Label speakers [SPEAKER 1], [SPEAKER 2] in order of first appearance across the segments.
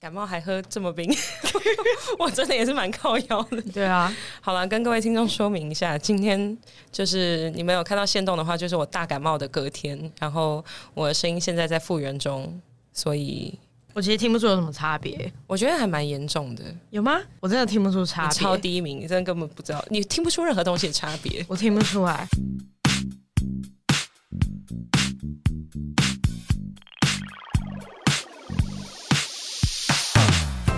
[SPEAKER 1] 感冒还喝这么冰， 我真的也是蛮靠腰的。
[SPEAKER 2] 对啊，
[SPEAKER 1] 好了，跟各位听众说明一下，今天就是你们有看到现动的话，就是我大感冒的隔天，然后我的声音现在在复原中，所以
[SPEAKER 2] 我其实听不出有什么差别，
[SPEAKER 1] 我觉得还蛮严重的，
[SPEAKER 2] 有吗？我真的听不出差
[SPEAKER 1] 你
[SPEAKER 2] 别，
[SPEAKER 1] 超低迷，你真的根本不知道，你听不出任何东西的差别。
[SPEAKER 2] 我听不出来。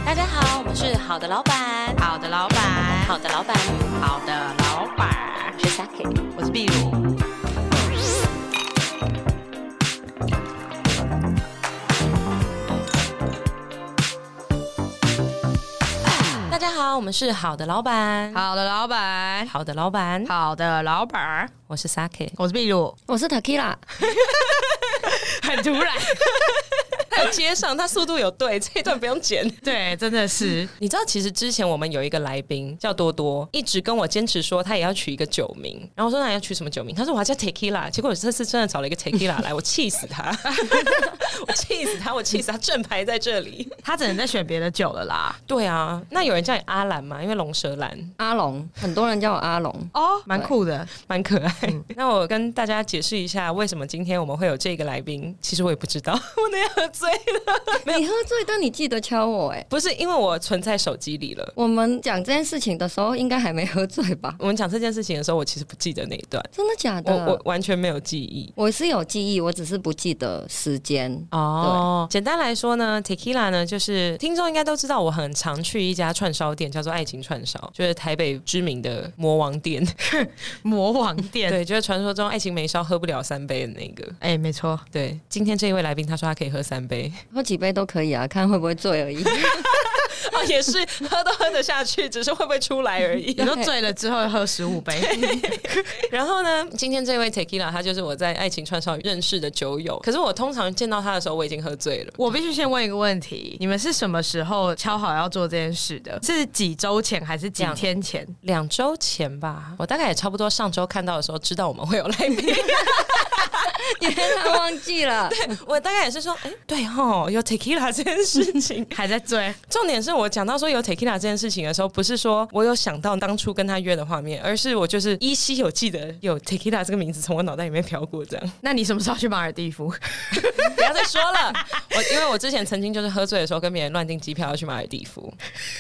[SPEAKER 3] 大家好，我们是好的老板，
[SPEAKER 2] 好的，老板，
[SPEAKER 3] 好的老板，
[SPEAKER 2] 好的，老板，
[SPEAKER 3] 我是 Saki。
[SPEAKER 2] 我是壁如。
[SPEAKER 1] 大家好，我们是好的老板，
[SPEAKER 2] 嗯好的，老板，
[SPEAKER 1] 好的老板，
[SPEAKER 2] 好的，老板，
[SPEAKER 1] 我是 Saki，
[SPEAKER 2] 我是壁如。
[SPEAKER 3] 我是 Takira，
[SPEAKER 2] 很突然，
[SPEAKER 1] 还有哎接上，他速度有对，这一段不用剪。
[SPEAKER 2] 对，真的是
[SPEAKER 1] 你知道，其实之前我们有一个来宾叫多多，一直跟我坚持说他也要取一个酒名，然后我说那你要取什么酒名？他说我要叫 Tequila，结果我这次真的找了一个 Tequila 来，我 气死他，我气死他，我气死他，正牌在这里。
[SPEAKER 2] 他只能再选别的酒了啦。
[SPEAKER 1] 对啊，那有人叫你阿兰吗？因为龙舌兰
[SPEAKER 3] 阿龙，很多人叫我阿龙。
[SPEAKER 2] 哦，蛮酷的，
[SPEAKER 1] 蛮可爱。 那我跟大家解释一下，为什么今天我们会有这个来宾？其实我也不知道， 我那天喝醉了，没有，
[SPEAKER 3] 你喝醉，但你记得敲我哎、
[SPEAKER 1] 不是因为我存在手机里了。
[SPEAKER 3] 我们讲这件事情的时候，应该还没喝醉 吧？
[SPEAKER 1] 我们讲这件事情的时候，我其实不记得那一段，
[SPEAKER 3] 真的假
[SPEAKER 1] 我
[SPEAKER 3] 的？
[SPEAKER 1] 我完全没有记忆。
[SPEAKER 3] 我是有记忆，我只是不记得时间。
[SPEAKER 1] 哦，简单来说呢，Tequila 呢，就是听众应该都知道，我很常去一家串烧店，叫做爱情串烧，就是台北知名的魔王店。
[SPEAKER 2] 魔王店。
[SPEAKER 1] 对，就是传说中爱情没烧喝不了三杯的那个。
[SPEAKER 2] 哎，没错，
[SPEAKER 1] 对，今天这一位来宾他说他可以喝三杯，
[SPEAKER 3] 喝几杯都可以啊，看会不会醉而已。
[SPEAKER 1] 哦，也是喝都喝得下去，只是会不会出来 而已
[SPEAKER 2] 你。说醉了之后喝十五杯，
[SPEAKER 1] 然后呢，今天这位 Tequila 他就是我在爱情串烧认识的酒友，可是我通常见到他的时候我已经喝醉了。
[SPEAKER 2] 我必须先问一个问题：你们是什么时候敲好要做这件事的？是几周前还是几
[SPEAKER 1] 两
[SPEAKER 2] 天前？。
[SPEAKER 1] 两周前吧，我大概也差不多上周看到的时候，知道我们会有来宾，
[SPEAKER 3] 原来忘记了，
[SPEAKER 1] 我大概也是说，哎、对吼，有 tequila 这件事情
[SPEAKER 2] 还在醉？
[SPEAKER 1] 重点是我讲到说有 tequila 这件事情的时候，不是说我有想到当初跟他约的画面，而是我就是依稀有记得有 tequila 这个名字从我脑袋里面飘过，这样。
[SPEAKER 2] 那你什么时候去马尔蒂夫？
[SPEAKER 1] 不要再说了， 我因为我之前曾经就是喝醉的时候跟别人乱订机票要去马尔地夫，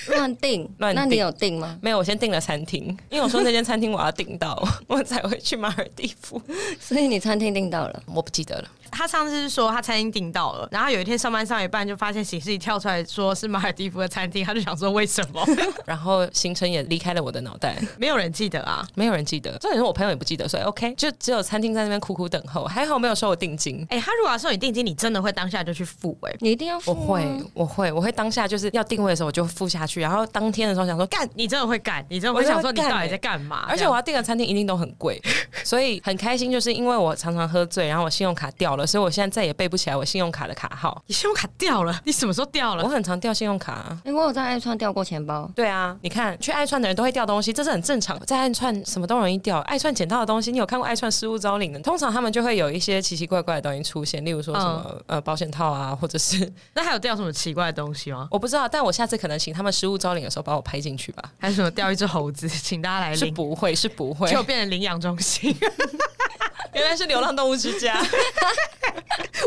[SPEAKER 3] 乱定。
[SPEAKER 1] 乱定
[SPEAKER 3] 那你有定吗？
[SPEAKER 1] 没有，我先订了餐厅，因为我说那间餐厅我要订到， 我才会去马尔地夫。
[SPEAKER 3] 所以你餐厅定到了。
[SPEAKER 1] 我不记得了，
[SPEAKER 2] 他上次是说他餐厅订到了，然后有一天上班上一半就发现显示器跳出来说是马尔蒂夫的餐厅，他就想说为什 么？
[SPEAKER 1] 然后行程也离开了我的脑袋。
[SPEAKER 2] 没有人记得啊！
[SPEAKER 1] 没有人记得，重点是我朋友也不记得，所以 OK，就只有餐厅在那边苦苦等候，还好没有收我定金。
[SPEAKER 2] 哎、他如果要收你定金，你真的会当下就去付哎、
[SPEAKER 3] 你一定要付
[SPEAKER 1] 我
[SPEAKER 3] 啊
[SPEAKER 1] 会，我会，我会当下就是要定位的时候我就付下去，然后当天的时候想说干，
[SPEAKER 2] 你真的会干，你真的会想说你到底在干嘛？
[SPEAKER 1] 而且我要订的餐厅一定都很 贵，所以很开心，就是因为我常常喝醉，然后我信用卡掉了，所以我现在再也背不起来我信用卡的卡号。
[SPEAKER 2] 你信用卡掉了，你什么时候掉
[SPEAKER 1] 我
[SPEAKER 2] 了？
[SPEAKER 1] 很常掉信用卡、啊。
[SPEAKER 3] 哎、我有在爱川掉过钱包，
[SPEAKER 1] 对啊，你看去爱串的人都会掉东西，这是很正常。在爱串什么都容易掉，爱串捡到的东西，你有看过爱串失物招领的？通常他们就会有一些奇奇怪怪的东西出现，例如说什么、呃保险套啊，或者是
[SPEAKER 2] 那还有掉什么奇怪的东西吗？
[SPEAKER 1] 我不知道，但我下次可能请他们失物招领的时候把我拍进去吧。
[SPEAKER 2] 还是什么掉一只猴子，请大家来
[SPEAKER 1] 是
[SPEAKER 2] 领，
[SPEAKER 1] 不会，是不会，
[SPEAKER 2] 就 变成领养中心。
[SPEAKER 1] 原来是流浪动物之家。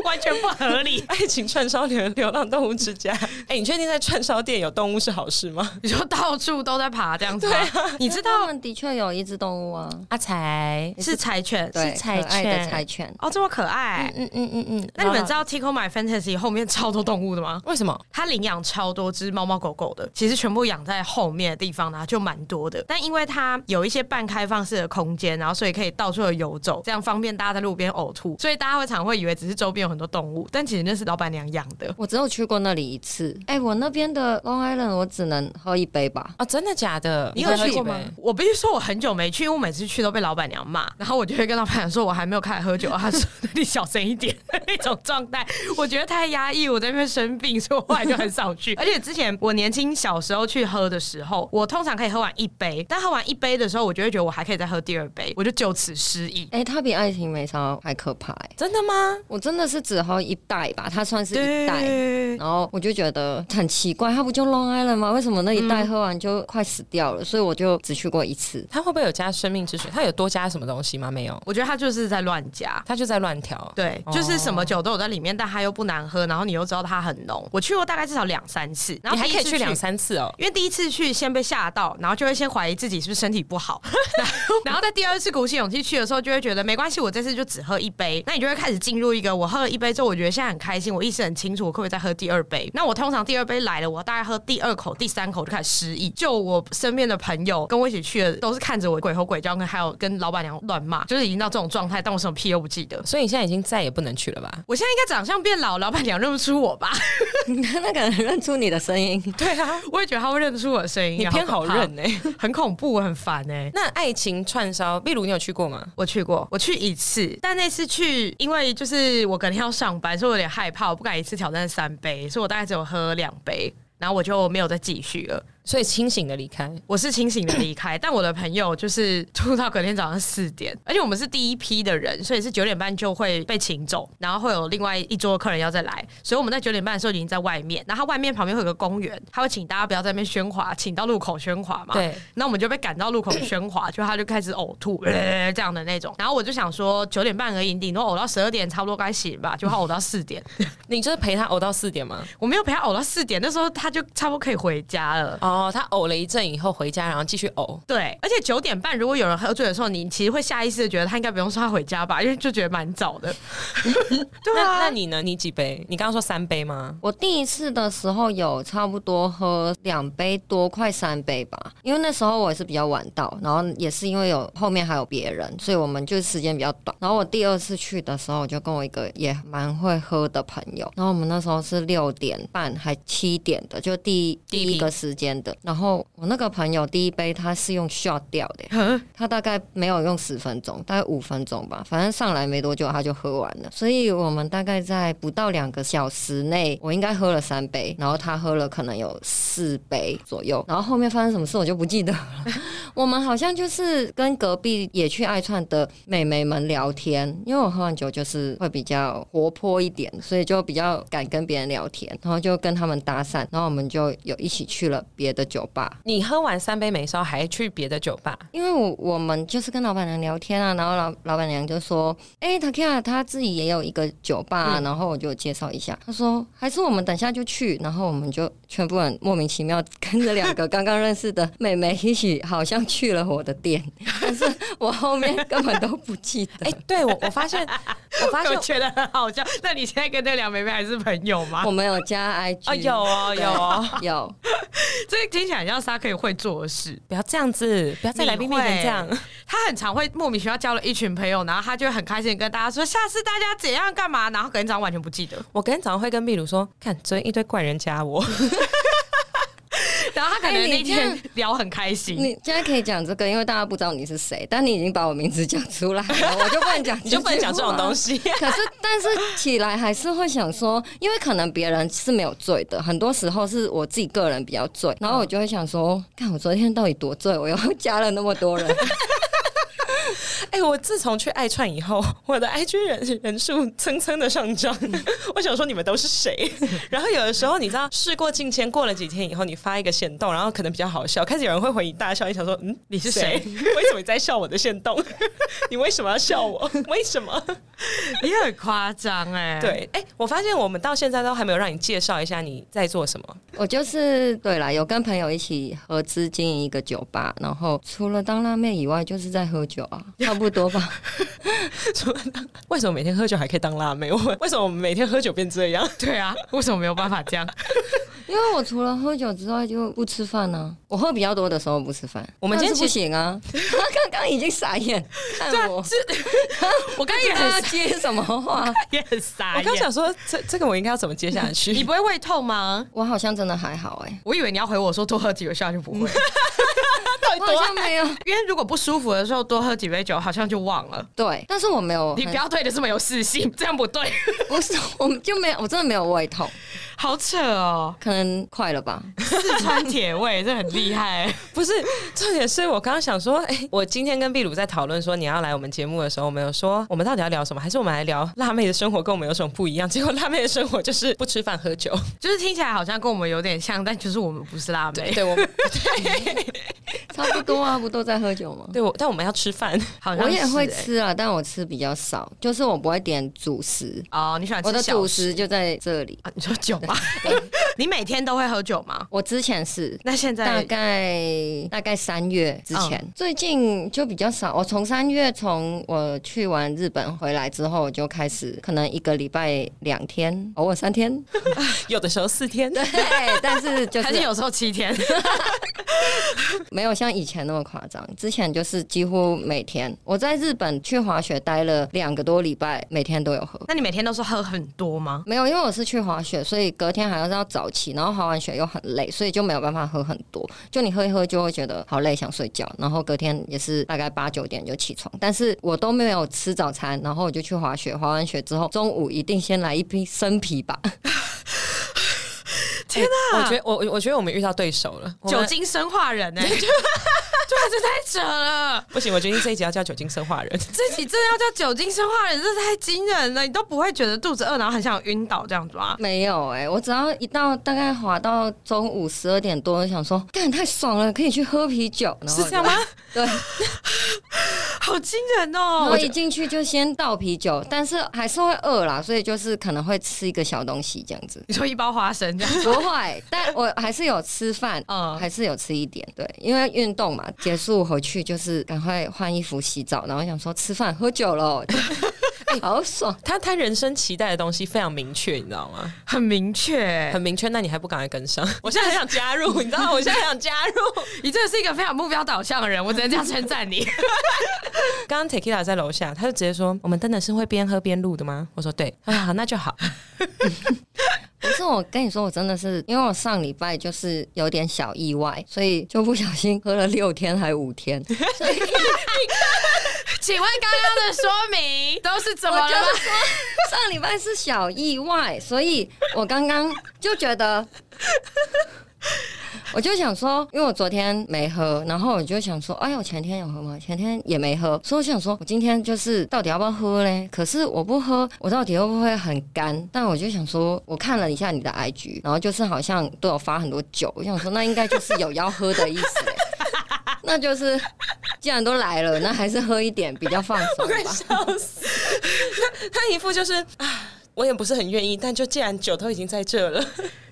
[SPEAKER 2] 完全不合理。
[SPEAKER 1] 爱情串烧流流浪动物之家。哎、你确定在串烧店有动物是好事吗？
[SPEAKER 2] 你说到处都在爬这样子吗，啊你知
[SPEAKER 3] 他
[SPEAKER 2] 道
[SPEAKER 3] 们的确有一只动物啊，
[SPEAKER 1] 阿才
[SPEAKER 2] 是柴犬，
[SPEAKER 3] 对，可
[SPEAKER 1] 柴
[SPEAKER 3] 爱的
[SPEAKER 1] 犬
[SPEAKER 3] 柴犬。
[SPEAKER 2] 哦，这么可爱。
[SPEAKER 1] 嗯嗯嗯嗯，
[SPEAKER 2] 那你们
[SPEAKER 1] 老
[SPEAKER 2] 知道 Tico My Fantasy 后面超多动物的吗？
[SPEAKER 1] 为什么？
[SPEAKER 2] 他领养超多只猫猫狗狗的，其实全部养在后面的地方呢，就蛮多的。但因为它有一些半开放式的空间，然后所以可以到处的游走，这样方便大家在路边呕吐，所以大家会常会以为只是周边有很多动物，但其实那是老板娘养的。
[SPEAKER 3] 我只有去过那里一次。哎、我那边的 Long Island 我只能喝一杯吧。
[SPEAKER 1] 哦，真的假的？
[SPEAKER 3] 你有
[SPEAKER 1] 喝
[SPEAKER 3] 去
[SPEAKER 1] 过
[SPEAKER 3] 过
[SPEAKER 1] 吗
[SPEAKER 3] 吗？
[SPEAKER 2] 我必须说，我很久没去，因为我每次去都被老板娘骂，然后我就会跟老板娘说我还没有开始喝酒，她说 你小声一点那种状态，我觉得太压抑，我在那边生病，所以我后来就很少 去。而且之前我年轻小时候去喝的时候，我通常可以喝完一杯，但喝完一杯的时候，我就会觉得我还可以再喝第二杯，我就就此失忆。
[SPEAKER 3] 哎、它比爱情美少还可怕、哎
[SPEAKER 1] 真的吗？
[SPEAKER 3] 我真的是只喝一袋吧，它算是一袋。，
[SPEAKER 2] 嗯
[SPEAKER 3] 然后我就觉得很奇怪，它不就 Long Island 吗？为什么那一袋喝完就快死掉了？所以我就只去过一次。
[SPEAKER 1] 它会不会有加生命之水？它有多加什么东西吗？没有，
[SPEAKER 2] 我觉得他就是在乱加。
[SPEAKER 1] 它就在乱调。
[SPEAKER 2] 对，就是什么酒都有在里面，但它又不难喝，然后你又知道它很浓。我去过大概至少两三次，然后
[SPEAKER 1] 你还
[SPEAKER 2] 第一
[SPEAKER 1] 可以
[SPEAKER 2] 次
[SPEAKER 1] 去两三次哦。
[SPEAKER 2] 因为第一次去先被吓到，然后就会先怀疑自己是不是身体 不好，然后然后在第二次鼓起勇气去的时候，就会觉得没关系，我这次就只喝一杯。那你就会开始进入一个，我喝了一杯之后，我觉得现在很开心，我意识很清楚，我可不可以再喝第二杯？那我通常第二杯来了，我大概喝第二口、第三口就开始失忆。就我身边的朋友跟我一起去的，都是看着我鬼吼鬼叫，跟还有跟老板娘乱骂，就是已经到这种状态，但我什么屁都不记得。
[SPEAKER 1] 所以你现在已经再也不能去了吧？
[SPEAKER 2] 我现在应该长相变老，老板娘认不出我吧？
[SPEAKER 3] 那个人认出你的声音，
[SPEAKER 2] 对啊，我也觉得她会认出我的声音。啊
[SPEAKER 1] 你偏好
[SPEAKER 2] 可怕
[SPEAKER 1] 认，呢、
[SPEAKER 2] 很恐怖，我很烦哎、
[SPEAKER 1] 那爱情串烧，秘鲁你有去过吗？
[SPEAKER 2] 我去过，我去一次，但那次去，因为就是我隔天要上班，所以我有点害怕，我不敢一次挑战三杯，所以我大概只有喝两杯，然后我就没有再继续了。
[SPEAKER 1] 所以清醒的离开。
[SPEAKER 2] 我是清醒的离开， 但我的朋友就是吐到隔天早上四点，而且我们是第一批的人，所以是九点半就会被请走，然后会有另外一桌客人要再来，所以我们在九点半的时候已经在外面，然后它外面旁边会有个公园，他会请大家不要在那边喧哗，请到路口喧哗嘛。
[SPEAKER 1] 对，
[SPEAKER 2] 那我们就被赶到路口喧哗，就他就开始呕吐、呃这样的那种。然后我就想说九点半而已，顶多呕到十二点，差不多该醒吧。就他呕到四点，
[SPEAKER 1] 你就是陪他呕到四点吗？
[SPEAKER 2] 我没有陪他呕到四点，那时候他就差不多可以回家了。
[SPEAKER 1] 哦，他呕了一阵以后回家，然后继续呕。
[SPEAKER 2] 对，而且九点半如果有人喝醉的时候，你其实会下意识的觉得他应该不用说他回家吧，因为就觉得蛮早的。对
[SPEAKER 1] 那那
[SPEAKER 2] 啊，
[SPEAKER 1] 你呢？你几杯？你刚刚说三杯吗？
[SPEAKER 3] 我第一次的时候有差不多喝两杯多，快三杯吧，因为那时候我也是比较晚到，然后也是因为有后面还有别人，所以我们就时间比较短。然后我第二次去的时候，我就跟我一个也蛮会喝的朋友，然后我们那时候是六点半还七点的，就第一
[SPEAKER 1] 第
[SPEAKER 3] 第
[SPEAKER 1] 一批
[SPEAKER 3] 一个时间的。然后我那个朋友第一杯他是用 shot 掉的，他大概没有用十分钟，大概五分钟吧，反正上来没多久他就喝完了，所以我们大概在不到两个小时内，我应该喝了三杯，然后他喝了可能有四杯左右，然后后面发生什么事我就不记得了。 我们好像就是跟隔壁也去爱串的美眉们聊天，因为我喝完酒就是会比较活泼一点，所以就比较敢跟别人聊天，然后就跟他们搭讪，然后我们就有一起去了别的酒吧，
[SPEAKER 1] 你喝完三杯美烧还去别的酒吧？
[SPEAKER 3] 因为我我们就是跟老板娘聊天啊，然后老老板娘就说：“哎、t a k i a 她自己也有一个酒吧、
[SPEAKER 1] 嗯
[SPEAKER 3] 啊。然后我就介绍一下，她说：“还是我们等下就去。”然后我们就全部人莫名其妙跟着两个 刚刚认识的妹妹一起，好像去了我的店，但是我后面根本都不记得。
[SPEAKER 1] 哎、对我我发现，我发
[SPEAKER 2] 我
[SPEAKER 1] 现。
[SPEAKER 2] 觉得很好笑。那你现在跟那两妹妹还是朋友 吗
[SPEAKER 3] 我？们有加 IG
[SPEAKER 1] 啊、有哦，有哦，
[SPEAKER 3] 有，
[SPEAKER 2] 这听起来很像沙可以会做的事。
[SPEAKER 1] 不要这样子，不要在来宾面前这样
[SPEAKER 2] 你。他很常会莫名其妙交了一群朋友，然后他就会很开心地跟大家说下次大家怎样干嘛，然后可能早上完全不记得，
[SPEAKER 1] 我今天早上会跟秘鲁说，看昨天一堆怪人加我，
[SPEAKER 2] 然后他可能
[SPEAKER 3] 哎你
[SPEAKER 2] 那
[SPEAKER 3] 这样
[SPEAKER 2] 天聊很开心。
[SPEAKER 3] 你现在可以讲这个，因为大家不知道你是谁，但你已经把我名字讲出来了，我就不能讲，
[SPEAKER 1] 你就不能讲这种东。西。
[SPEAKER 3] 可是，但是起来还是会想说，因为可能别人是没有醉的，很多时候是我自己个人比较醉，然后我就 会想说，看我昨天到底多醉，我又加了那么多人，
[SPEAKER 1] 哎、哎、我自从去爱串以后，我的 IG 人人数蹭蹭的上涨。
[SPEAKER 2] 嗯
[SPEAKER 1] 我想说你们都是 谁？然后有的时候你知道，事过境迁，过了几天以后，你发一个线动，然后可能比较好笑，开始有人会回你大笑，你想说，嗯，你
[SPEAKER 2] 是谁？
[SPEAKER 1] 为什么你在笑我的线动？ 你为什么要笑我？为什么？
[SPEAKER 2] 也很夸张哎。
[SPEAKER 1] 对，哎、我发现我们到现在都还没有让你介绍一下你在做什么。
[SPEAKER 3] 我就是对啦，有跟朋友一起合资经营一个酒吧，然后除了当辣妹以外，就是在喝酒啊，差不多吧。
[SPEAKER 1] 为什么每天喝酒还可以当辣妹？我为什么我们每天喝酒变这样？
[SPEAKER 2] 对啊，为什么没有办法这样？
[SPEAKER 3] 因为我除了喝酒之外就不吃饭呢、我喝比较多的时候不吃饭。
[SPEAKER 1] 我们今天
[SPEAKER 3] 但是
[SPEAKER 1] 其
[SPEAKER 3] 不
[SPEAKER 1] 实
[SPEAKER 3] 行啊， 他刚刚已经傻眼看我，
[SPEAKER 2] 我刚
[SPEAKER 1] 啊
[SPEAKER 2] 也
[SPEAKER 3] 他
[SPEAKER 2] 很
[SPEAKER 3] 接什么话？
[SPEAKER 2] 也很傻
[SPEAKER 1] 我
[SPEAKER 2] 眼。
[SPEAKER 1] 刚想说，这这个我应该要怎么接下去？
[SPEAKER 2] 哎 你不会胃痛吗？
[SPEAKER 3] 我好像真的还好哎、
[SPEAKER 2] 我以为你要回我说多喝几杯下就不 会， 啊
[SPEAKER 3] 我好像没有
[SPEAKER 2] 因为如果不舒服的时候多喝几杯酒，好像就忘了。
[SPEAKER 3] 对，但是我没有很，
[SPEAKER 2] 你不要对的这么有自信，这样不对，
[SPEAKER 3] 不是，我就没有，我真的没有胃痛，
[SPEAKER 2] 好扯 哦！
[SPEAKER 3] 可能快了吧。
[SPEAKER 2] 四川铁胃这很厉害，
[SPEAKER 1] 不是，重点是我刚刚想说，哎、我今天跟秘鲁在讨论说你要来我们节目的时候，我们有说我们到底要聊什么，还是我们来聊辣妹的生活跟我们有什么不一样？ 结果辣妹的生活就是不吃饭喝 酒，
[SPEAKER 2] 就是听起来好像跟我们有点像，但就是我们不是辣妹，
[SPEAKER 1] 对我们
[SPEAKER 3] 差不多啊，不都在喝酒吗？
[SPEAKER 1] 对我，但我们要吃饭，
[SPEAKER 2] 好像
[SPEAKER 3] 我也
[SPEAKER 2] 是
[SPEAKER 3] 会
[SPEAKER 2] 欸
[SPEAKER 3] 吃啊，但我吃比较少，就是我不会点主食，
[SPEAKER 2] 哦。你喜欢
[SPEAKER 3] 我的
[SPEAKER 2] 吃小
[SPEAKER 3] 主食就在这里。
[SPEAKER 2] 啊？你说酒吗？ 你每天都会喝酒吗？
[SPEAKER 3] 我之前是
[SPEAKER 2] 那现
[SPEAKER 3] 大
[SPEAKER 2] 在嗯
[SPEAKER 3] 概大概三月之前，最近就比较少。我从三月从我去完日本回来之后，我就开始可能一个礼拜两天，偶尔三 天，
[SPEAKER 1] 有的时候四天。
[SPEAKER 3] 对，但是就
[SPEAKER 2] 还是
[SPEAKER 3] 是
[SPEAKER 2] 有时候七 天，
[SPEAKER 3] 没有像以前那么夸张。之前就是几乎每天，我在日本去滑雪待了两个多礼拜，每天都有喝。
[SPEAKER 2] 那你每天都是喝很多吗？
[SPEAKER 3] 没有，因为我是去滑雪，所以隔天还要是要早起，然后滑完雪又很累，所以就没有办法喝很多。就你喝一喝就会觉得好累，想睡觉，然后隔天也是大概八九点就起床，但是我都没有吃早餐，然后我就去滑雪，滑完雪之后中午一定先来一瓶生啤吧。
[SPEAKER 2] 天 哪、
[SPEAKER 1] 我觉得我我我觉得我们遇到对手了，我
[SPEAKER 2] 酒
[SPEAKER 1] 们
[SPEAKER 2] 精生化人哎、欸， 对，啊这太扯了。
[SPEAKER 1] 不行，我决定这一集要叫酒精生化人。
[SPEAKER 2] 自己真的要叫酒精生化人，这太惊人了！你都不会觉得肚子饿，然后很想晕倒这样子吗？
[SPEAKER 3] 没有哎、我只要一到大概滑到中午十二点多，想说干太爽了，可以去喝啤酒，然后
[SPEAKER 1] 是这样吗？
[SPEAKER 3] 对，
[SPEAKER 2] 好惊人
[SPEAKER 3] 然
[SPEAKER 2] 哦！
[SPEAKER 3] 后
[SPEAKER 2] 我
[SPEAKER 3] 一
[SPEAKER 2] 觉得
[SPEAKER 3] 进去就先倒啤酒，但是还是会饿啦，所以就是可能会吃一个小东西这样子。
[SPEAKER 2] 你说一包花生这样，
[SPEAKER 3] 不会，但我还是有吃饭，
[SPEAKER 2] 嗯
[SPEAKER 3] 还是有吃一点，对，因为运动嘛，结束回去就是赶快换衣服、洗澡，然后想说吃饭、喝酒喽，好爽。
[SPEAKER 1] 他他人生期待的东西非常明确，你知道吗？
[SPEAKER 2] 很明 确
[SPEAKER 1] 很。明确，那你还不赶快跟上？ 我现在很想加入，你知道吗？我现在很想加入。
[SPEAKER 2] 你真的是一个非常目标导向的人，我只能这样称赞你。
[SPEAKER 1] 刚刚 Tequila 在楼下，他就直接说：“我们真的是会边喝边录的吗？”我说：“对。”他说：“好，那就好。
[SPEAKER 3] 不是，我跟你说，我真的是，因为我上礼拜就是有点小意外，所以就不小心喝了六天还五天，所以
[SPEAKER 2] 请问刚刚的说明都是怎
[SPEAKER 3] 我
[SPEAKER 2] 么
[SPEAKER 3] 就
[SPEAKER 2] 了吗？
[SPEAKER 3] 是说 上礼拜是小意外，所以我刚刚就觉得。 我就想说，因为我昨天没喝，然后我就想说，哎，我前天有喝吗？前天也没喝，所以我想说，我今天就是到底要不要喝嘞？可是我不喝，我到底会不会很干？但我就想说，我看了一下你的 IG，然后就是好像都有发很多酒，我想说，那应该就是有要喝的意思嘞。那就是，既然都来了，那还是喝一点比较放 松吧。
[SPEAKER 1] 笑死！他一副就是啊，我也不是很愿意，但就既然酒都已经在这了，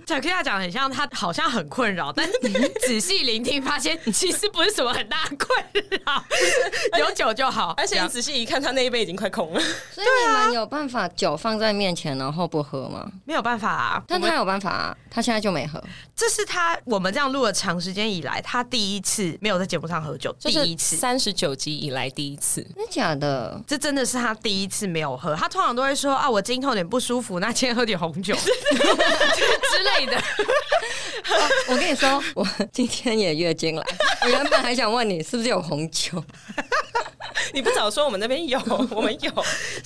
[SPEAKER 2] 小 K 大啊讲得很像他，好像很困扰， 但仔细聆听发现其实不是什么很大的困扰，有酒就好。
[SPEAKER 1] 而且
[SPEAKER 2] 这
[SPEAKER 1] 你
[SPEAKER 2] 样
[SPEAKER 1] 仔细一看，他那一杯已经快空了。
[SPEAKER 3] 所以你们有办法酒放在面前然后不喝吗？
[SPEAKER 2] 没有办法、啊，
[SPEAKER 3] 但他有办法、啊，他现在就没喝。
[SPEAKER 2] 这是他我们这样录了长时间以来，他第一次没有在节目上喝酒，第一次。
[SPEAKER 1] 三十九集以来第一 次。
[SPEAKER 3] 真的假的？
[SPEAKER 2] 这真的是他第一次没有喝，他通常都会说啊，我今天有点不舒服，那今天喝点红 酒之类的。
[SPEAKER 3] 我跟你说，我今天也月经来。我原本还想问你是不是有红酒，
[SPEAKER 1] 你不早说，我们那边有，我们有，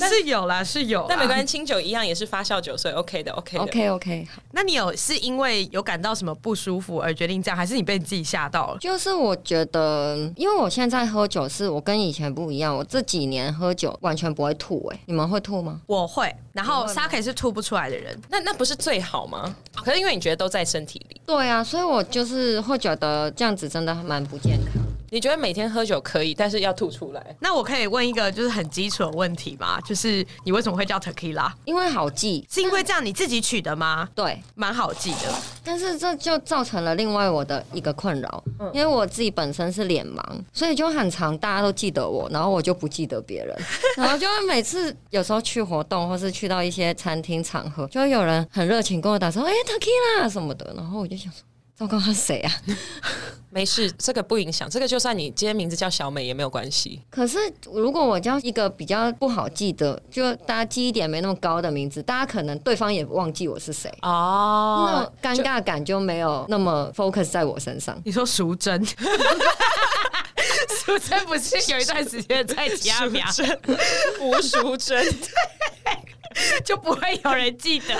[SPEAKER 2] 是有啦，是有啦。
[SPEAKER 1] 但没关系，清酒一样也是发酵酒，所以 OK 的，OK 的。
[SPEAKER 3] OK OK，好
[SPEAKER 2] 那你有是因为有感到什么不舒服而决定这样，还是你被你自己吓到了？
[SPEAKER 3] 就是我觉得，因为我现在喝酒是我跟以前不一样，我这几年喝酒完全不会吐、哎，你们会吐吗？
[SPEAKER 2] 我会，然后 s a k 是吐不出来的人，
[SPEAKER 1] 那那不是最好吗？可是因为你觉得都在身体里，
[SPEAKER 3] 对啊，所以我就是会觉得这样子真的蛮不健康。
[SPEAKER 1] 你觉得每天喝酒可以，但是要吐出来。
[SPEAKER 2] 那我可以问一个就是很基础的问题吗？就是你为什么会叫 tequila？
[SPEAKER 3] 因为好记，
[SPEAKER 2] 是因为这样你自己取的吗？
[SPEAKER 3] 对，
[SPEAKER 2] 蛮好记的，
[SPEAKER 3] 但是这就造成了另外我的一个困扰，因为我自己本身是脸盲，所以就很常大家都记得我，然后我就不记得别人，然后就会每次有时候去活动或是去到一些餐厅场合，就会有人很热情跟我打说：“哎、t e q u i l a 什么的。”然后我就想说。糟糕，他谁啊？
[SPEAKER 1] 没事，这个不影响。这个就算你今天名字叫小美也没有关系。
[SPEAKER 3] 可是如果我叫一个比较不好记得，就大家记忆点没那么高的名字，大家可能对方也忘记我是谁，
[SPEAKER 1] 哦
[SPEAKER 3] 那尴尬感就没有那么 focus 在我身上。
[SPEAKER 2] 你说淑珍。 淑珍不是有一段时间在家苗，
[SPEAKER 1] 吴淑珍，
[SPEAKER 2] 就不会有人记 得，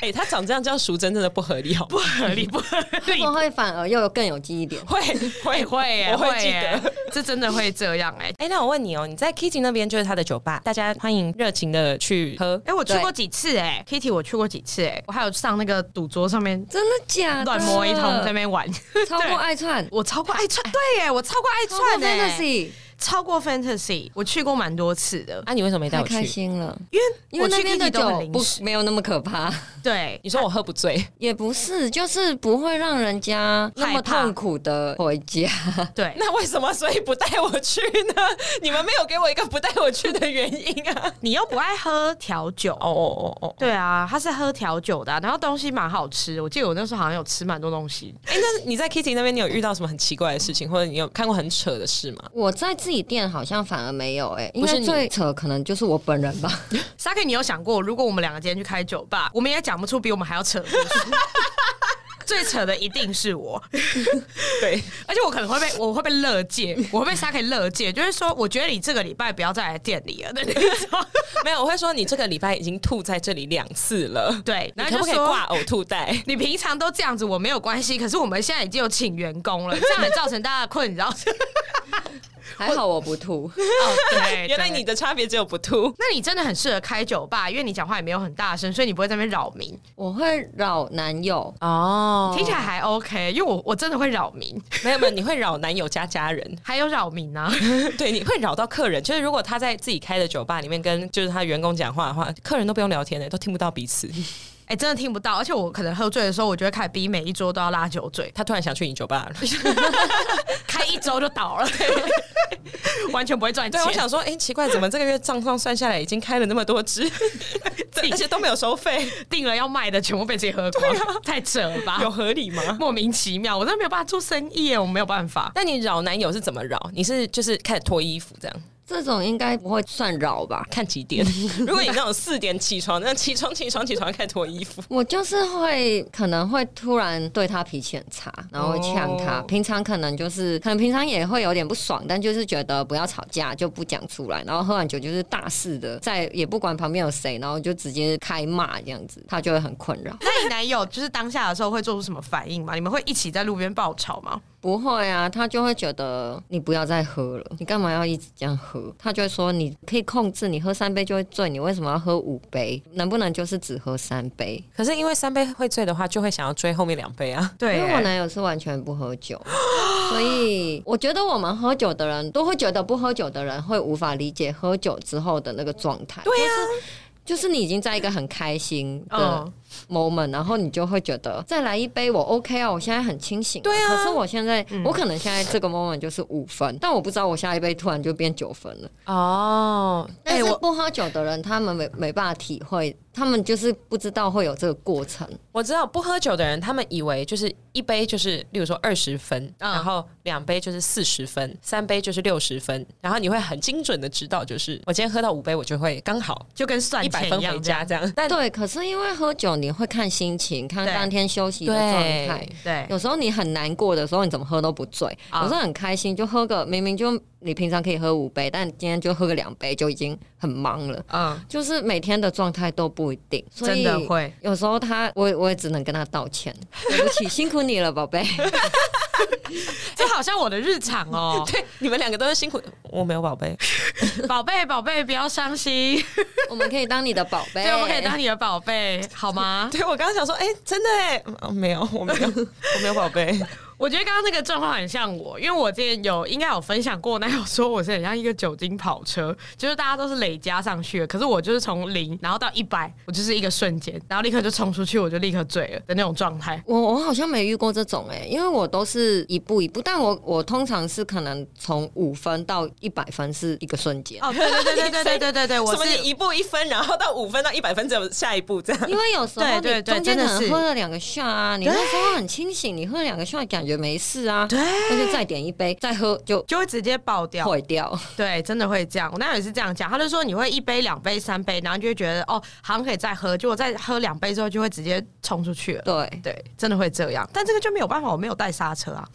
[SPEAKER 1] 哎、她长这样叫淑珍真的不合理，好哦不
[SPEAKER 2] 不合理，不合理
[SPEAKER 3] 会不会反而又有更有记忆点？
[SPEAKER 1] 会会
[SPEAKER 2] 会耶，
[SPEAKER 1] 我会记
[SPEAKER 2] 耶
[SPEAKER 1] 得。，
[SPEAKER 2] 这真的会这样哎。
[SPEAKER 1] 哎、那我问你哦，你在 Kitty 那边就是他的酒吧，大家欢迎热情的去喝。
[SPEAKER 2] 哎，我去
[SPEAKER 3] 对
[SPEAKER 2] 过几次哎，Kitty，我去过几次哎，我还有上那个赌桌上面
[SPEAKER 3] 真的假的？
[SPEAKER 2] 乱摸一通，在那边玩。
[SPEAKER 3] 超过爱串，
[SPEAKER 2] 我超过爱串，对耶，我超过爱
[SPEAKER 3] 超
[SPEAKER 2] 串
[SPEAKER 3] 过
[SPEAKER 2] 耶，
[SPEAKER 3] fantasy，
[SPEAKER 2] 超过 fantasy，我去过蛮多次的，
[SPEAKER 1] 啊，你为什么没带
[SPEAKER 3] 太
[SPEAKER 1] 我
[SPEAKER 3] 开
[SPEAKER 1] 去？
[SPEAKER 3] 心了。
[SPEAKER 2] 因
[SPEAKER 3] 因
[SPEAKER 2] 为
[SPEAKER 3] 为
[SPEAKER 2] 我去
[SPEAKER 3] 那边的
[SPEAKER 2] Kitty 都很
[SPEAKER 3] 酒
[SPEAKER 2] 临
[SPEAKER 3] 不
[SPEAKER 2] 时，
[SPEAKER 3] 没有那么可怕，
[SPEAKER 2] 对，
[SPEAKER 1] 你说我喝不醉，
[SPEAKER 3] 也不是，就是不会让人家那
[SPEAKER 2] 害
[SPEAKER 3] 么
[SPEAKER 2] 怕
[SPEAKER 3] 痛苦的回家。
[SPEAKER 2] 对，
[SPEAKER 1] 那为什么所以不带我去呢？ 你们没有给我一个不带我去的原因啊！
[SPEAKER 2] 你又不爱喝调酒。
[SPEAKER 1] 哦哦哦哦，
[SPEAKER 2] 对啊，他是喝调酒的啊、然后东西蛮好吃。我记得我那时候好像有吃蛮多东西，
[SPEAKER 1] 哎、那你在 Kitty 那边，你有遇到什么很奇怪的事情，或者你有看过很扯的事吗？
[SPEAKER 3] 我在自己店好像反而没有哎、欸，应
[SPEAKER 1] 不
[SPEAKER 3] 该
[SPEAKER 1] 是你
[SPEAKER 3] 最扯可能就是我本 人吧。
[SPEAKER 2] s a k 你有想过，如果我们两个今天去开酒吧，我们也讲不出比我们还要扯的故事。 最扯的一定是我，
[SPEAKER 1] 对，
[SPEAKER 2] 而且我可能会被我会被乐界，我会被 s a k 乐界，就是说，我觉得你这个礼拜不要再来店里了的那种。
[SPEAKER 1] 没有，我会说你这个礼拜已经吐在这里两次了，
[SPEAKER 2] 对，
[SPEAKER 1] 你
[SPEAKER 2] 然
[SPEAKER 1] 可不
[SPEAKER 2] 后就
[SPEAKER 1] 可以
[SPEAKER 2] 说
[SPEAKER 1] 挂呕吐袋？
[SPEAKER 2] 你平常都这样子，我没有关系。可是我们现在已经有请员工了，这样也造成大家的困扰。哦，
[SPEAKER 3] 还好我不吐，
[SPEAKER 2] 对，
[SPEAKER 1] 原来你
[SPEAKER 2] 对。
[SPEAKER 1] 的差别只有不吐。
[SPEAKER 2] 那你真的很适合开酒吧，因为你讲话也没有很大声，所以你不会在那边扰民，
[SPEAKER 3] 我会扰男友。
[SPEAKER 1] 哦
[SPEAKER 2] 听起来还 OK。因为我我真的会扰 民，
[SPEAKER 1] 没有没有，你会扰男友加家 人，
[SPEAKER 2] 还有扰民啊，
[SPEAKER 1] 对，你会扰到客人。就是如果他在自己开的酒吧里面跟就是他员工讲话的话，客人都不用聊天的，都听不到彼 此。
[SPEAKER 2] 哎、真的听不到。而且我可能喝醉的时候，我就会开始逼每一桌都要拉酒 醉，
[SPEAKER 1] 他突然想去你酒吧了，
[SPEAKER 2] 开一周就倒 了，完全不会赚钱。
[SPEAKER 1] 对我想 说，哎、奇怪，怎么这个月账上算下来已经开了那么多 支，对而且都没有收 费，
[SPEAKER 2] 定了要卖的全部被自己喝光，太扯了吧？
[SPEAKER 1] 有合理吗？
[SPEAKER 2] 莫名其妙，我真的没有办法做生意耶，我没有办法。
[SPEAKER 1] 啊那你扰男友是怎么扰？你是就是开始脱衣服这样？
[SPEAKER 3] 这种应该不会算扰吧？
[SPEAKER 1] 看几点？ 如果你那种四点起床，那起床起床起床开始脱衣服，
[SPEAKER 3] 我就是会可能会突然对他脾气很差，然后会呛他。
[SPEAKER 1] 哦
[SPEAKER 3] 平常可能就是可能平常也会有点不爽，但就是觉得不要吵架就不讲出来，然后喝完酒就是大肆的在也不管旁边有谁，然后就直接开骂这样子，他就会很困扰。
[SPEAKER 2] 那你男友就是当下的时候会做出什么反应吗？你们会一起在路边爆吵吗？
[SPEAKER 3] 不会啊，他就会觉得你不要再喝了，你干嘛要一直这样喝？他就会说你可以控制，你喝三杯就会醉，你为什么要喝五杯？能不能就是只喝三杯？
[SPEAKER 1] 可是因为三杯会醉的话，就会想要追后面两杯啊。
[SPEAKER 2] 对
[SPEAKER 3] 因为我男友是完全不喝酒，所以我觉得我们喝酒的人都会觉得不喝酒的人会无法理解喝酒之后的那个状态。
[SPEAKER 2] 啊
[SPEAKER 3] 对呀、就是你已经在一个很开心的
[SPEAKER 2] 嗯
[SPEAKER 3] moment，、然后你就会觉得再来一杯我 OK 啊，我现在很清醒、
[SPEAKER 1] 对啊
[SPEAKER 3] 可是我现在、
[SPEAKER 2] 嗯
[SPEAKER 3] 我可能现在这个 moment 就是五分，但我不知道我下一杯突然就变九分了。
[SPEAKER 1] 哦，
[SPEAKER 3] 但是
[SPEAKER 2] 哎我
[SPEAKER 3] 不喝酒的人，他们没没办法体会，他们就是不知道会有这个过程。
[SPEAKER 1] 我知道不喝酒的人，他们以为就是一杯就是，例如说二十分，
[SPEAKER 2] 嗯
[SPEAKER 1] 然后两杯就是四十分，三杯就是六十分，然后你会很精准的知道，就是我今天喝到五杯，我就会刚好
[SPEAKER 2] 就跟算
[SPEAKER 1] 一百
[SPEAKER 2] 钱
[SPEAKER 1] 分
[SPEAKER 2] 一样
[SPEAKER 1] 回家
[SPEAKER 2] 这样。
[SPEAKER 1] 这样。但
[SPEAKER 3] 对，可是因为喝酒，你会看心情，看
[SPEAKER 2] 对
[SPEAKER 3] 当天休息的状态
[SPEAKER 1] 对。
[SPEAKER 2] 对，
[SPEAKER 3] 有时候你很难过的时候，你怎么喝都不醉；
[SPEAKER 2] 啊
[SPEAKER 3] 有时候很开心，就喝个明明就你平常可以喝五杯，但今天就喝个两杯就已经很忙了。
[SPEAKER 2] 嗯，
[SPEAKER 3] 就是每天的状态都不一定，所
[SPEAKER 2] 真
[SPEAKER 3] 以
[SPEAKER 2] 的会。
[SPEAKER 3] 有时候他，我我也只能跟他 道歉，对不起，辛苦你了，宝贝。
[SPEAKER 2] 这好像我的日常 哦，
[SPEAKER 1] 对，你们两个都是辛苦，我没有宝贝，
[SPEAKER 2] 宝贝宝贝，不要伤心，
[SPEAKER 3] 我们可以当你的宝贝，
[SPEAKER 2] 对，我们可以当你的宝贝，好吗？
[SPEAKER 1] 对我刚刚想说，哎、真的哎、嗯没有，我没有，我没有宝贝，
[SPEAKER 2] 我觉得刚刚那个状况很像我，因为我之前有应该有分享过，那有说我是很像一个酒精跑车，就是大家都是累加上去的，可是我就是从零然后到一百，我就是一个瞬间，然后立刻就冲出去，我就立刻醉了的那种状态。
[SPEAKER 3] 我我好像没遇过这种哎、因为我都是一步一步，但我我通常是可能从五分到一百分是一个瞬间，
[SPEAKER 2] 哦，对对对对对对对对对，哎 我
[SPEAKER 1] 什么
[SPEAKER 2] 是
[SPEAKER 1] 你一步一分，然后到五分到一百分，只有下一步这样。
[SPEAKER 3] 因为有时候
[SPEAKER 2] 对
[SPEAKER 3] 你
[SPEAKER 2] 对对
[SPEAKER 3] 中间
[SPEAKER 2] 真
[SPEAKER 3] 可
[SPEAKER 2] 的是
[SPEAKER 3] 能喝了两个 shot 啊，你那时候很清醒，你喝了两个 shot 感觉没事啊，
[SPEAKER 2] 对
[SPEAKER 3] 那就再点一杯，再喝就
[SPEAKER 2] 就会直接爆掉，
[SPEAKER 3] 坏掉。
[SPEAKER 2] 对，真的会这样。我那时候也是这样讲，他就说你会一杯、两杯、三杯，然后就会觉得哦，好像可以再喝，结果再喝两杯之后就会直接冲出去了。
[SPEAKER 3] 对，
[SPEAKER 2] 对，真的会这样，但这个就没有办法，我没有带刹车 啊，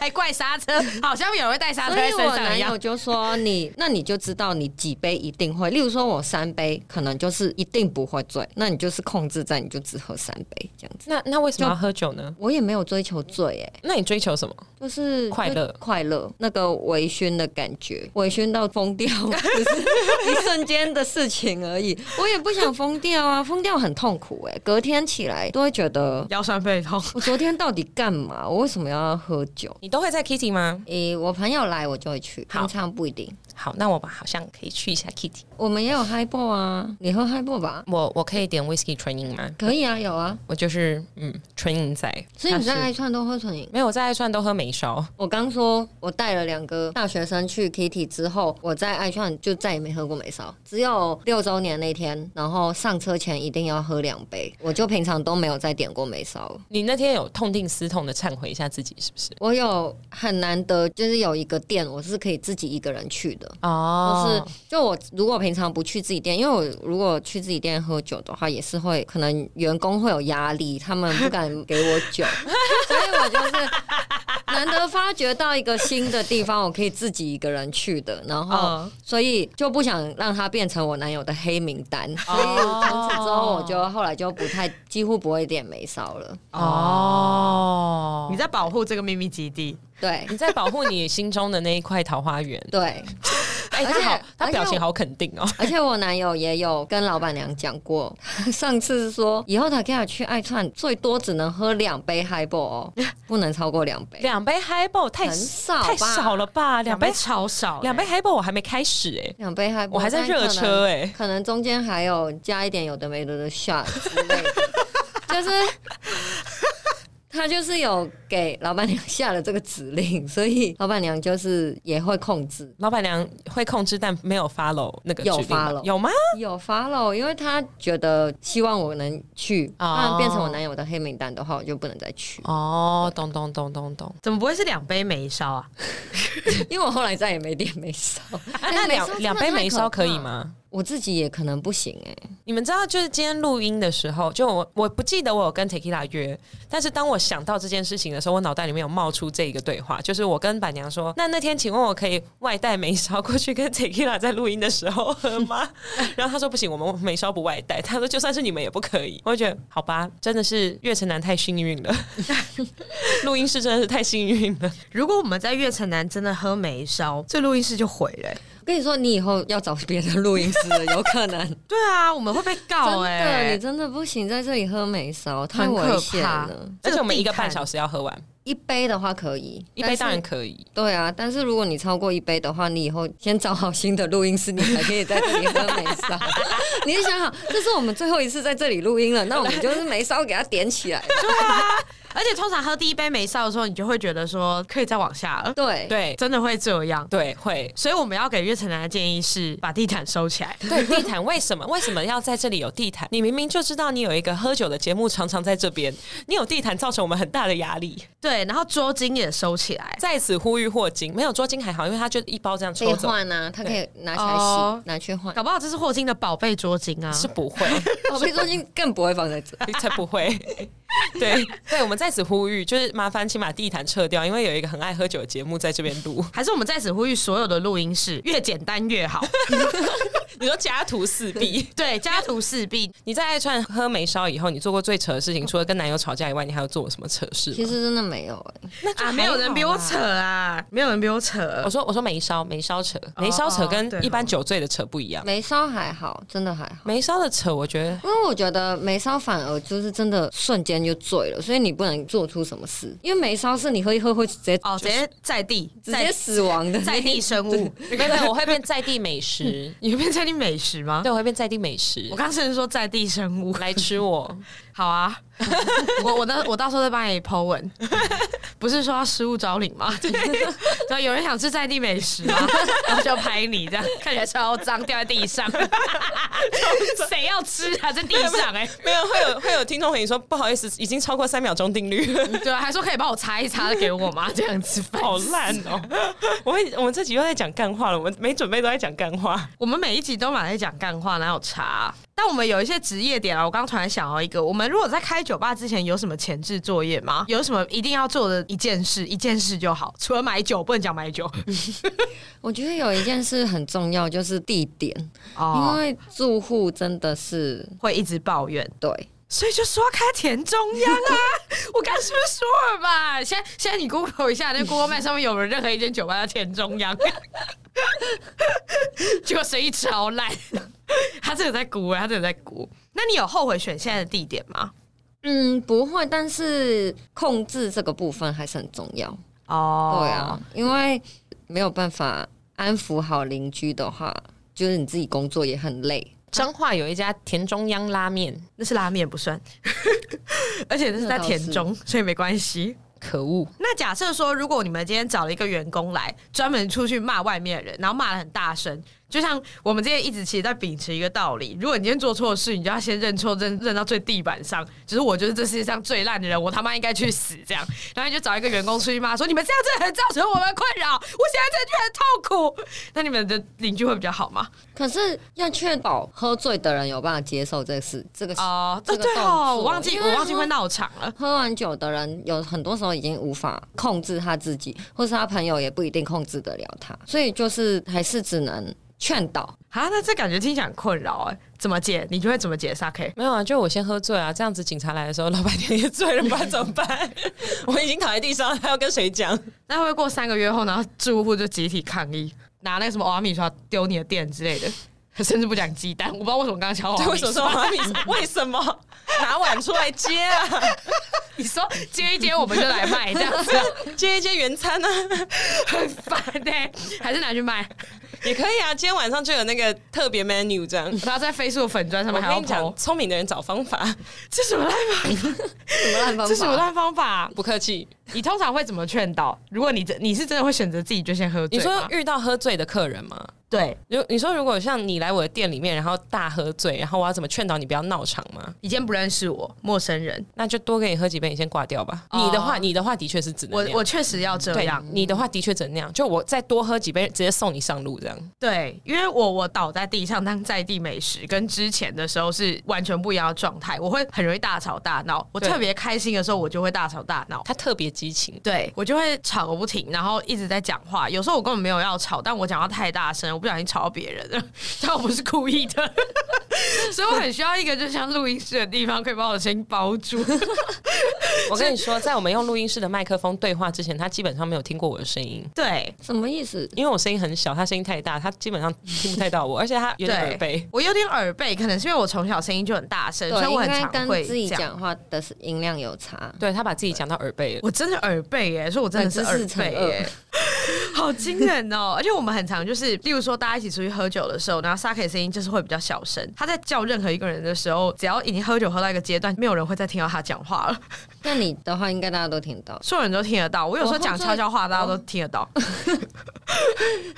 [SPEAKER 2] 还怪刹车，好像有人会带刹车
[SPEAKER 3] 所
[SPEAKER 2] 在
[SPEAKER 3] 以
[SPEAKER 2] 身
[SPEAKER 3] 我
[SPEAKER 2] 上
[SPEAKER 3] 男
[SPEAKER 2] 一
[SPEAKER 3] 友
[SPEAKER 2] 样。
[SPEAKER 3] 就说你， 那你就知道你几杯一定会。例如说，我三杯可能就是一定不会醉，那你就是控制在你就只喝三杯这样子。
[SPEAKER 1] 那那为什么要喝酒呢？
[SPEAKER 3] 我也没有追求醉、欸，
[SPEAKER 1] 那你追求什么？
[SPEAKER 3] 就是
[SPEAKER 1] 快乐
[SPEAKER 3] 就快乐那个微醺的感觉，微醺到疯掉， 只是一瞬间的事情而已。我也不想疯掉啊，疯掉很痛苦哎、隔天起来都会觉得
[SPEAKER 2] 腰酸背痛，
[SPEAKER 3] 我昨天到底干嘛？我为什么要喝酒？
[SPEAKER 1] 你都会在 Kitty 吗？
[SPEAKER 3] 诶、我朋友来我就会去，
[SPEAKER 1] 好
[SPEAKER 3] 平常不一定。
[SPEAKER 1] 好，那我好像可以去一下 Kitty。
[SPEAKER 3] 我们也有 high ball 啊，你喝 high ball 吧？
[SPEAKER 1] 我我可以点 Whisky Training 吗？
[SPEAKER 3] 可以啊，有啊。
[SPEAKER 1] 我就是嗯，Training 仔。
[SPEAKER 3] 所以你在
[SPEAKER 1] 它是
[SPEAKER 3] 爱串都喝纯饮。
[SPEAKER 1] 没有我在爱串都喝美烧，
[SPEAKER 3] 我刚说，我带了两个大学生去 Kitty 之后，我在爱串就再也没喝过美少，只有六周年那天，然后上车前一定要喝两杯，我就平常都没有再点过美少了。
[SPEAKER 1] 你那天有痛定思痛的忏悔一下自己是不是？
[SPEAKER 3] 我有很难得，就是有一个店我是可以自己一个人去的，
[SPEAKER 1] 哦
[SPEAKER 3] 就是就我如果平常不去自己店，因为我如果去自己店喝酒的话，也是会可能员工会有压力，他们不敢给我酒，所以我就是难得发掘到一个新的地方，我可以自己一个人去的，然后
[SPEAKER 2] 嗯
[SPEAKER 3] 所以就不想让他变成我男友的黑名单，所以从此之后我就后来就不太几乎不会点眉梢了，
[SPEAKER 1] 哦
[SPEAKER 2] 你在保护这个秘密基地，
[SPEAKER 3] 对
[SPEAKER 1] 你在保护你心中的那一块桃花 源。
[SPEAKER 3] 对。
[SPEAKER 1] 哎、
[SPEAKER 3] 而
[SPEAKER 1] 他
[SPEAKER 3] 且
[SPEAKER 1] 好，他表
[SPEAKER 3] 而且
[SPEAKER 1] 情
[SPEAKER 3] 我
[SPEAKER 1] 好肯定哦。
[SPEAKER 3] 而且我男友也有跟老板娘讲过， 上次说以后他跟他去爱串，最多只能喝两杯 highball 哦， 不能超过两 杯。
[SPEAKER 1] 两杯 highball 太
[SPEAKER 3] 很少吧
[SPEAKER 1] 太少了吧？两杯
[SPEAKER 2] 超少，欸
[SPEAKER 1] 两杯
[SPEAKER 3] 欸
[SPEAKER 1] highball 我还没开始哎、
[SPEAKER 3] 两杯 highball，
[SPEAKER 1] 我还在
[SPEAKER 3] 但可能
[SPEAKER 1] 热车欸
[SPEAKER 3] 可能中间还有加一点有的没的的 shot 之 类的，就是他就是有给老板娘下了这个指令，所以老板娘就是也会控制。
[SPEAKER 1] 老板娘会控制，但没有 follow 那个
[SPEAKER 3] 有
[SPEAKER 1] 指令吗
[SPEAKER 3] follow
[SPEAKER 1] 有吗？
[SPEAKER 3] 有 follow，因为他觉得希望我能去，不然变成我男友的黑名单的话，我就不能再去。
[SPEAKER 1] 哦，懂懂懂懂懂。
[SPEAKER 2] 怎么不会是两杯没烧啊？
[SPEAKER 3] 因为我后来再也没点梅烧。
[SPEAKER 1] 啊、那
[SPEAKER 3] 梅烧真
[SPEAKER 1] 两
[SPEAKER 3] 的
[SPEAKER 1] 两杯
[SPEAKER 3] 太
[SPEAKER 1] 梅烧可以
[SPEAKER 3] 怕？
[SPEAKER 1] 吗？
[SPEAKER 3] 我自己也可能不行哎、
[SPEAKER 1] 你们知道，就是今天录音的时候，就我我不记得我有跟 Tequila 约，但是当我想到这件事情的时候，我脑袋里面有冒出这一个对话，就是我跟板娘说：“那那天请问我可以外带梅烧过去跟 Tequila 在录音的时候喝 吗？”然后她说：“不行，我们梅烧不外带。”她说：“就算是你们也不可以。”我就觉得好吧，真的是岳城南太幸运 了，录音室真的是太幸运了。
[SPEAKER 2] 如果我们在月城南真的喝没烧，这录音室就毁了欸、
[SPEAKER 3] 我跟你说，你以后要找别的录音师了，有可能。
[SPEAKER 2] 对啊，我们会被告
[SPEAKER 3] 真
[SPEAKER 2] 哎、
[SPEAKER 3] 的，你真的不行，在这里喝梅烧太
[SPEAKER 2] 很可
[SPEAKER 3] 危险
[SPEAKER 2] 怕
[SPEAKER 3] 了。
[SPEAKER 1] 而且我们一个半小
[SPEAKER 2] 时，
[SPEAKER 1] 时要喝完，
[SPEAKER 3] 一杯的话可以，
[SPEAKER 1] 一杯当
[SPEAKER 3] 但
[SPEAKER 1] 然
[SPEAKER 3] 是。
[SPEAKER 1] 可以。
[SPEAKER 3] 对啊，但是如果你超过一杯的话，你以后先找好新的录音师，你才可以在这里喝梅烧。 你就想好，这是我们最后一次在这里录音了，那我们就是梅烧给它点起来。
[SPEAKER 2] 而且通常喝第一杯没烧的时候，你就会觉得说可以再往下了，
[SPEAKER 3] 对，
[SPEAKER 1] 对
[SPEAKER 2] 真的会这样。
[SPEAKER 1] 对，会。
[SPEAKER 2] 所以我们要给月城南的建议是把地毯收起来。
[SPEAKER 1] 对地毯，为什么为什么要在这里有地毯？你明明就知道你有一个喝酒的节目，常常在这边，你有地毯造成我们很大的压力。
[SPEAKER 2] 对，然后桌巾也收起来。
[SPEAKER 1] 在此呼吁霍金，没有捉金还好，因为他就一包这样
[SPEAKER 3] 可以
[SPEAKER 1] 抽走，
[SPEAKER 3] 换啊，它可以拿起来
[SPEAKER 2] 哦
[SPEAKER 3] 洗，拿去换。
[SPEAKER 2] 搞不好这是霍金的宝贝桌巾啊！
[SPEAKER 1] 是不会，
[SPEAKER 3] 我被说金更不会放在这。
[SPEAKER 1] 才不会。对对，我们在此呼吁，就是麻烦请把地毯撤掉，因为有一个很爱喝酒的节目在这边录。
[SPEAKER 2] 还是我们在此呼吁所有的录音室，越简单越 好。
[SPEAKER 1] 你说家徒四壁，
[SPEAKER 2] 对，家徒四壁。
[SPEAKER 1] 你在爱川喝梅烧以后，你做过最扯的事情，除了跟男友吵架以外，你还有做过什么扯事吗？
[SPEAKER 3] 其实真的没有哎、
[SPEAKER 1] 那就
[SPEAKER 2] 啊，
[SPEAKER 1] 还
[SPEAKER 2] 没有人比我
[SPEAKER 1] 好啦
[SPEAKER 2] 扯啊，没有人比我扯啊
[SPEAKER 1] 我。说我说梅烧梅烧扯，梅烧扯
[SPEAKER 2] 哦对
[SPEAKER 1] 跟
[SPEAKER 2] 哦
[SPEAKER 1] 一般酒醉的扯不一样。
[SPEAKER 3] 眉梢还好，真的还好。
[SPEAKER 1] 梅烧的扯，我觉得
[SPEAKER 3] 因为我觉得眉梢反而就是真的瞬间就醉了，所以你不能做出什么事，因为眉梢是你喝一喝会直接
[SPEAKER 2] 哦，直接在地，
[SPEAKER 3] 直接死亡的
[SPEAKER 2] 在在地生物，
[SPEAKER 1] 没有没有，我会变在地美食，
[SPEAKER 2] 你会变在地美食吗？
[SPEAKER 1] 对，我会变在地美食
[SPEAKER 2] 我，刚甚至说在地生物。
[SPEAKER 1] 来吃我。
[SPEAKER 2] 好啊，我我到我到时候再帮你 po 文， 不是说要失物招领吗？ 对，对，有人想吃在地美食吗？ 然后就拍你 这样，看起来超脏，掉在地 上，谁要吃啊？在地上哎、
[SPEAKER 1] 没有，会有会有听众回你说不好意思，已经超过三秒钟定律了，
[SPEAKER 2] 对啊，还说可以帮我擦一擦给我吗？这样子，烦
[SPEAKER 1] 好
[SPEAKER 2] 死
[SPEAKER 1] 烂哦、 我们我们这集又在讲干话了，我们没准备都在讲干话。
[SPEAKER 2] 我们每一集都满在讲干话，哪有差啊、但我们有一些职业点啊，我刚突然想到一个，我们如果在开酒吧之前有什么前置作业吗？有什么一定要做的一件事，一件事就好，除了买酒，不能讲买酒
[SPEAKER 3] 我觉得有一件事很重要，就是地点，因
[SPEAKER 2] 哦，
[SPEAKER 3] 为住户真的是
[SPEAKER 2] 会一直抱怨，
[SPEAKER 3] 对。
[SPEAKER 2] 所以就说要开田中央啊，我刚是不是说了吧？现在现在你 Google 一下，那 Google Map 上面有没有任何一间酒吧叫田中央？ 结果生意超烂，他真的在估、欸，他真的在估。那你有后悔选现在的地点吗？
[SPEAKER 3] 嗯，不会，但是控制这个部分还是很重要。
[SPEAKER 2] 哦
[SPEAKER 3] 对啊，，因为没有办法安抚好邻居的话，就是你自己工作也很累。
[SPEAKER 1] 彰化有一家田中央拉面，
[SPEAKER 2] 那是拉面不算， 而且那是在田中，所以没关系。
[SPEAKER 1] 可恶，
[SPEAKER 2] 那假设说，如果你们今天找了一个员工来，专门出去骂外面的人，然后骂的很大声，就像我们之前一直其实在秉持一个道理：如果你今天做错事，你就要先认错，认认到最地板上。 就是我就是这世界上最烂的人，我他妈应该去死这样。然后你就找一个员工出去骂，说你们这样真的很造成我们困扰，我现在真的觉得很痛苦。那你们的邻居会比较好吗？
[SPEAKER 3] 可是要确保喝醉的人有办法接受这个事，这个事
[SPEAKER 2] 哦、
[SPEAKER 3] 这个
[SPEAKER 2] 对
[SPEAKER 3] 动
[SPEAKER 2] 哦，
[SPEAKER 3] 作
[SPEAKER 2] 我忘记
[SPEAKER 3] 因
[SPEAKER 2] 我
[SPEAKER 3] 为
[SPEAKER 2] 忘记
[SPEAKER 3] 他
[SPEAKER 2] 会闹场了。
[SPEAKER 3] 喝完酒的人有很多时候已经无法控制他自己，或是他朋友也不一定控制得了他，所以就是还是只能劝 导。
[SPEAKER 2] 啊，那这感觉听起来很困扰哎、怎么解？你就会怎么解 s a k
[SPEAKER 1] 没有啊，就我先喝醉啊，这样子警察来的时候，老板娘也醉了，不然怎么办？ 哦我已经躺在地上，还要跟谁 讲？
[SPEAKER 2] 那会不会过三个月后，然后住户就集体抗议，拿那个什么瓦米刷丢你的店之类的，甚至不讲鸡蛋，我不知道为什么刚刚讲瓦
[SPEAKER 1] 对，为
[SPEAKER 2] 米刷，
[SPEAKER 1] 什么说拉面？为什么拿碗出来接啊？
[SPEAKER 2] 你说接一接我们就来卖这样子，
[SPEAKER 1] 接一接原餐呢、啊？
[SPEAKER 2] 很烦哎、还是拿去卖，
[SPEAKER 1] 也可以啊，今天晚上就有那个特别 menu 这样。
[SPEAKER 2] 然后在飞速粉砖上
[SPEAKER 1] 我
[SPEAKER 2] 面还要
[SPEAKER 1] 跟你讲，
[SPEAKER 2] 投，
[SPEAKER 1] 聪明的人找方 法，
[SPEAKER 2] 这什么烂法？
[SPEAKER 3] 什么烂方
[SPEAKER 2] 这什么
[SPEAKER 3] 法？
[SPEAKER 2] 烂方法？
[SPEAKER 1] 不客气。
[SPEAKER 2] 你通常会怎么劝导？如果你真你是真的会选择自己就先喝醉
[SPEAKER 1] 你
[SPEAKER 2] 吗，
[SPEAKER 1] 说遇到喝醉的客人吗？
[SPEAKER 2] 对，
[SPEAKER 1] 如你说如果像你来我的店里面，然后大喝醉，然后我要怎么劝导你不要闹场吗？
[SPEAKER 2] 你今天不认识我，陌生人，
[SPEAKER 1] 那就多给你喝几杯，你先挂掉吧。
[SPEAKER 2] 哦
[SPEAKER 1] 你的话，你的话的确是只能
[SPEAKER 2] 我
[SPEAKER 1] 那样
[SPEAKER 2] 我嗯确实要这
[SPEAKER 1] 对啊
[SPEAKER 2] 样，
[SPEAKER 1] 你的话的确只能那样。就我再多喝几杯，直接送你上路这样。
[SPEAKER 2] 对，因为我我倒在地上当在地美食，跟之前的时候是完全不一样的状态。我会很容易大吵大闹，我
[SPEAKER 1] 对
[SPEAKER 2] 特别开心的时候，我就会大吵大闹。
[SPEAKER 1] 他特别激 情，
[SPEAKER 2] 对我就会吵个不停，然后一直在讲话。有时候我根本没有要吵，但我讲话太大声，我不小心吵到别人了，但我不是故意的。 所以我很需要一个就像录音室的地方，可以把我的声音包 住。
[SPEAKER 1] 我跟你说，在我们用录音室的麦克风对话之前，他基本上没有听过我的声音。
[SPEAKER 2] 对，
[SPEAKER 3] 什么意思？
[SPEAKER 1] 因为我声音很小，他声音太大，他基本上听不太到我，而且他有点耳背
[SPEAKER 2] 对。，我有点耳背，可能是因为我从小声音就很大声，所以
[SPEAKER 3] 对，
[SPEAKER 2] 我
[SPEAKER 3] 应
[SPEAKER 2] 很
[SPEAKER 3] 该
[SPEAKER 2] 常
[SPEAKER 3] 跟
[SPEAKER 2] 会
[SPEAKER 3] 自己
[SPEAKER 2] 这样。
[SPEAKER 3] 讲话的音量有差。
[SPEAKER 1] 对他把自己讲到耳背了。
[SPEAKER 2] 我真的耳背耶、所以我真的是
[SPEAKER 3] 百
[SPEAKER 2] 耳
[SPEAKER 3] 分之四乘
[SPEAKER 2] 背
[SPEAKER 3] 二
[SPEAKER 2] 耶、 好惊人哦！而且我们很常就是，例如说大家一起出去喝酒的时候，然后 Saki 的声音就是会比较小声。他在叫任何一个人的时候，只要已经喝酒喝到一个阶段，没有人会再听到他讲话了，
[SPEAKER 3] 那你的话应该大家都听到。哦
[SPEAKER 2] 所有人都听得到。我有时候讲悄悄话，大家都听得到。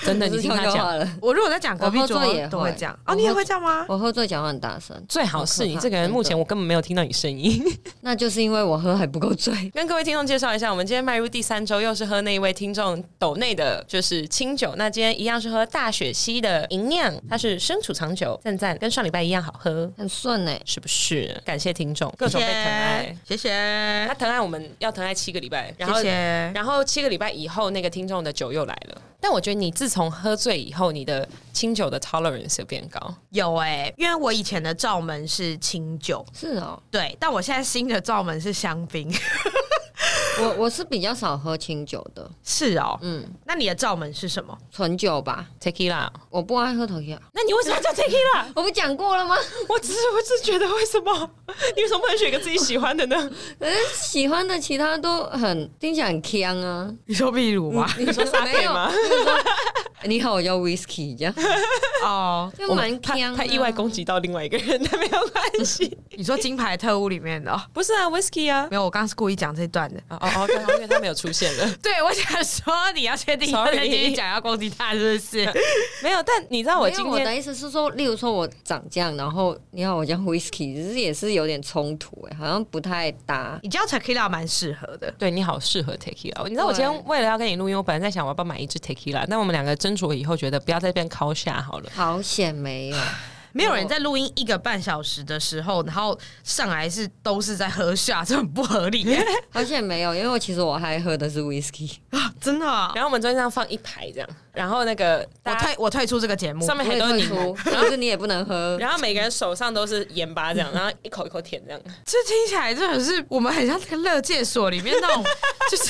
[SPEAKER 1] 真的，
[SPEAKER 3] 不
[SPEAKER 1] 你
[SPEAKER 3] 是
[SPEAKER 1] 听
[SPEAKER 3] 悄
[SPEAKER 1] 他
[SPEAKER 3] 悄话
[SPEAKER 1] 讲，
[SPEAKER 3] 了。
[SPEAKER 2] 我如果在讲隔壁
[SPEAKER 3] 我喝
[SPEAKER 2] 桌
[SPEAKER 3] 醉也会
[SPEAKER 2] 都会这样哦，
[SPEAKER 3] 我
[SPEAKER 2] 你也
[SPEAKER 3] 喝
[SPEAKER 2] 会这样吗？
[SPEAKER 3] 我喝醉讲话很大声，
[SPEAKER 1] 最好是你这个人，目前我根本没有听到你声音。
[SPEAKER 3] 那就是因为我喝还不够醉。
[SPEAKER 1] 跟各位听众介绍一下，我们今天迈入第三周，又是喝那一位听众斗内的，就是清酒。那今天一样是喝大雪溪的银酿，它是生储藏酒，赞赞，跟上礼拜一样好喝，
[SPEAKER 3] 很顺哎、
[SPEAKER 1] 是不是？感谢听 众，各种被疼爱。
[SPEAKER 2] 谢谢，
[SPEAKER 1] 他
[SPEAKER 2] 谢
[SPEAKER 1] 疼爱我们要疼爱七个礼拜，然
[SPEAKER 2] 谢，
[SPEAKER 1] 后
[SPEAKER 2] 谢谢。
[SPEAKER 1] 然后七个礼拜以后，那个听众的酒又来了。但我觉得你自从喝醉以后，你的清酒的 tolerance 有变高。
[SPEAKER 2] 有哎、因为我以前的罩门是清酒，
[SPEAKER 3] 是哦，
[SPEAKER 2] 对，但我现在新的罩门是香槟，
[SPEAKER 3] 我我是比较少喝清酒的，
[SPEAKER 2] 是哦。
[SPEAKER 3] 嗯，
[SPEAKER 2] 那你的罩门是什么？
[SPEAKER 3] 纯酒吧，
[SPEAKER 1] Tequila，
[SPEAKER 3] 我不爱喝 tequila。
[SPEAKER 1] 那你为什么 叫 Tequila？
[SPEAKER 3] 我不讲过了吗？
[SPEAKER 1] 我只是我只是觉得为什么？ 你为什么不能选一个自己喜欢的呢？
[SPEAKER 3] 可是喜欢的其他都很听起来很呛啊。
[SPEAKER 2] 你说秘鲁吗？
[SPEAKER 3] 你
[SPEAKER 1] 说
[SPEAKER 3] 没
[SPEAKER 1] sake
[SPEAKER 3] 有
[SPEAKER 1] 吗？
[SPEAKER 3] 你好，我叫 whisky 这样，
[SPEAKER 1] 嗯
[SPEAKER 2] 哦，
[SPEAKER 3] 就蛮
[SPEAKER 1] 他
[SPEAKER 3] 呛、啊。
[SPEAKER 1] 他意外攻击到另外一个人，但没有关系。
[SPEAKER 2] 你说金牌特务里面的、哦？
[SPEAKER 1] 不是啊，Whisky 啊。
[SPEAKER 2] 没有，我刚刚是故意讲这段的。
[SPEAKER 1] 哦哦，对，因为他没有出现了，
[SPEAKER 2] 对，我想说你要确定
[SPEAKER 1] Sorry
[SPEAKER 2] 再继续讲要攻击他是不是？
[SPEAKER 1] 没有。但你知道我
[SPEAKER 3] 没
[SPEAKER 1] 今
[SPEAKER 3] 有，我
[SPEAKER 1] 天
[SPEAKER 3] 的意思是说，例如说我长这样，然后你好，我叫 whisky，只是也是有点冲突哎、好像不太搭。
[SPEAKER 2] 你叫 Tequila 蛮适合的，
[SPEAKER 1] 对你好适合 tequila。你知道我今
[SPEAKER 3] 对
[SPEAKER 1] 天为了要跟你录音，我本来在想我要不要买一支 tequila，但我们两个斟酌以后觉得不要在这边敲下好了。
[SPEAKER 3] 好险没 有，
[SPEAKER 2] 没有人在录音一个半小时的时候，然后上来是都是在喝下，这很不合 理耶、
[SPEAKER 3] 好险没有，因为我其实我还喝的是 whisky，
[SPEAKER 2] 啊真的啊、
[SPEAKER 1] 然后我们中间这样放一排这样，然后那个
[SPEAKER 2] 我
[SPEAKER 1] 大家
[SPEAKER 2] 退我退出这个节目
[SPEAKER 1] 上，面
[SPEAKER 3] 我
[SPEAKER 1] 还
[SPEAKER 3] 也
[SPEAKER 1] 都是
[SPEAKER 3] 退
[SPEAKER 1] 柠檬，
[SPEAKER 3] 出，可是你也不能喝。
[SPEAKER 1] 然后每个人手上都是盐巴这样，然后一口一口舔这样。
[SPEAKER 2] 这听起来真的是我们很像那个乐界所里面那 种，就是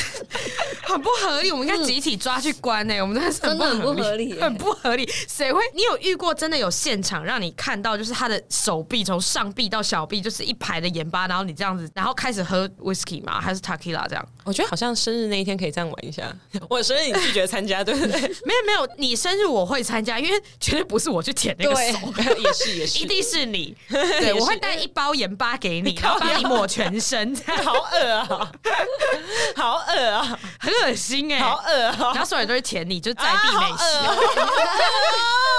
[SPEAKER 2] 很不合理。我们应该集体抓去关欸呢、我们真的是
[SPEAKER 3] 真的很不合理耶
[SPEAKER 2] 很不合理。谁会？你有遇过真的有现场让你看到，就是他的手臂从上臂到小臂就是一排的盐巴，然后你这样子，然后开始喝 whisky 吗？还是 tequila 这样？
[SPEAKER 1] 我觉得好像生日那一天可以这样玩一下。我生日你拒绝参加，对不对？
[SPEAKER 2] 没有没有，你生日我会参加，因为绝对不是我去舔那个手。
[SPEAKER 1] 也是也
[SPEAKER 2] 一
[SPEAKER 1] 是，
[SPEAKER 2] 定是 你，对我会带一包盐巴给你，然后帮你抹全身，这 样
[SPEAKER 1] 好恶啊，好恶啊，
[SPEAKER 2] 很恶心哎、
[SPEAKER 1] 好恶啊！
[SPEAKER 2] 然后所有人都会舔你，就在地美
[SPEAKER 1] 啊
[SPEAKER 2] 食，
[SPEAKER 1] 好恶啊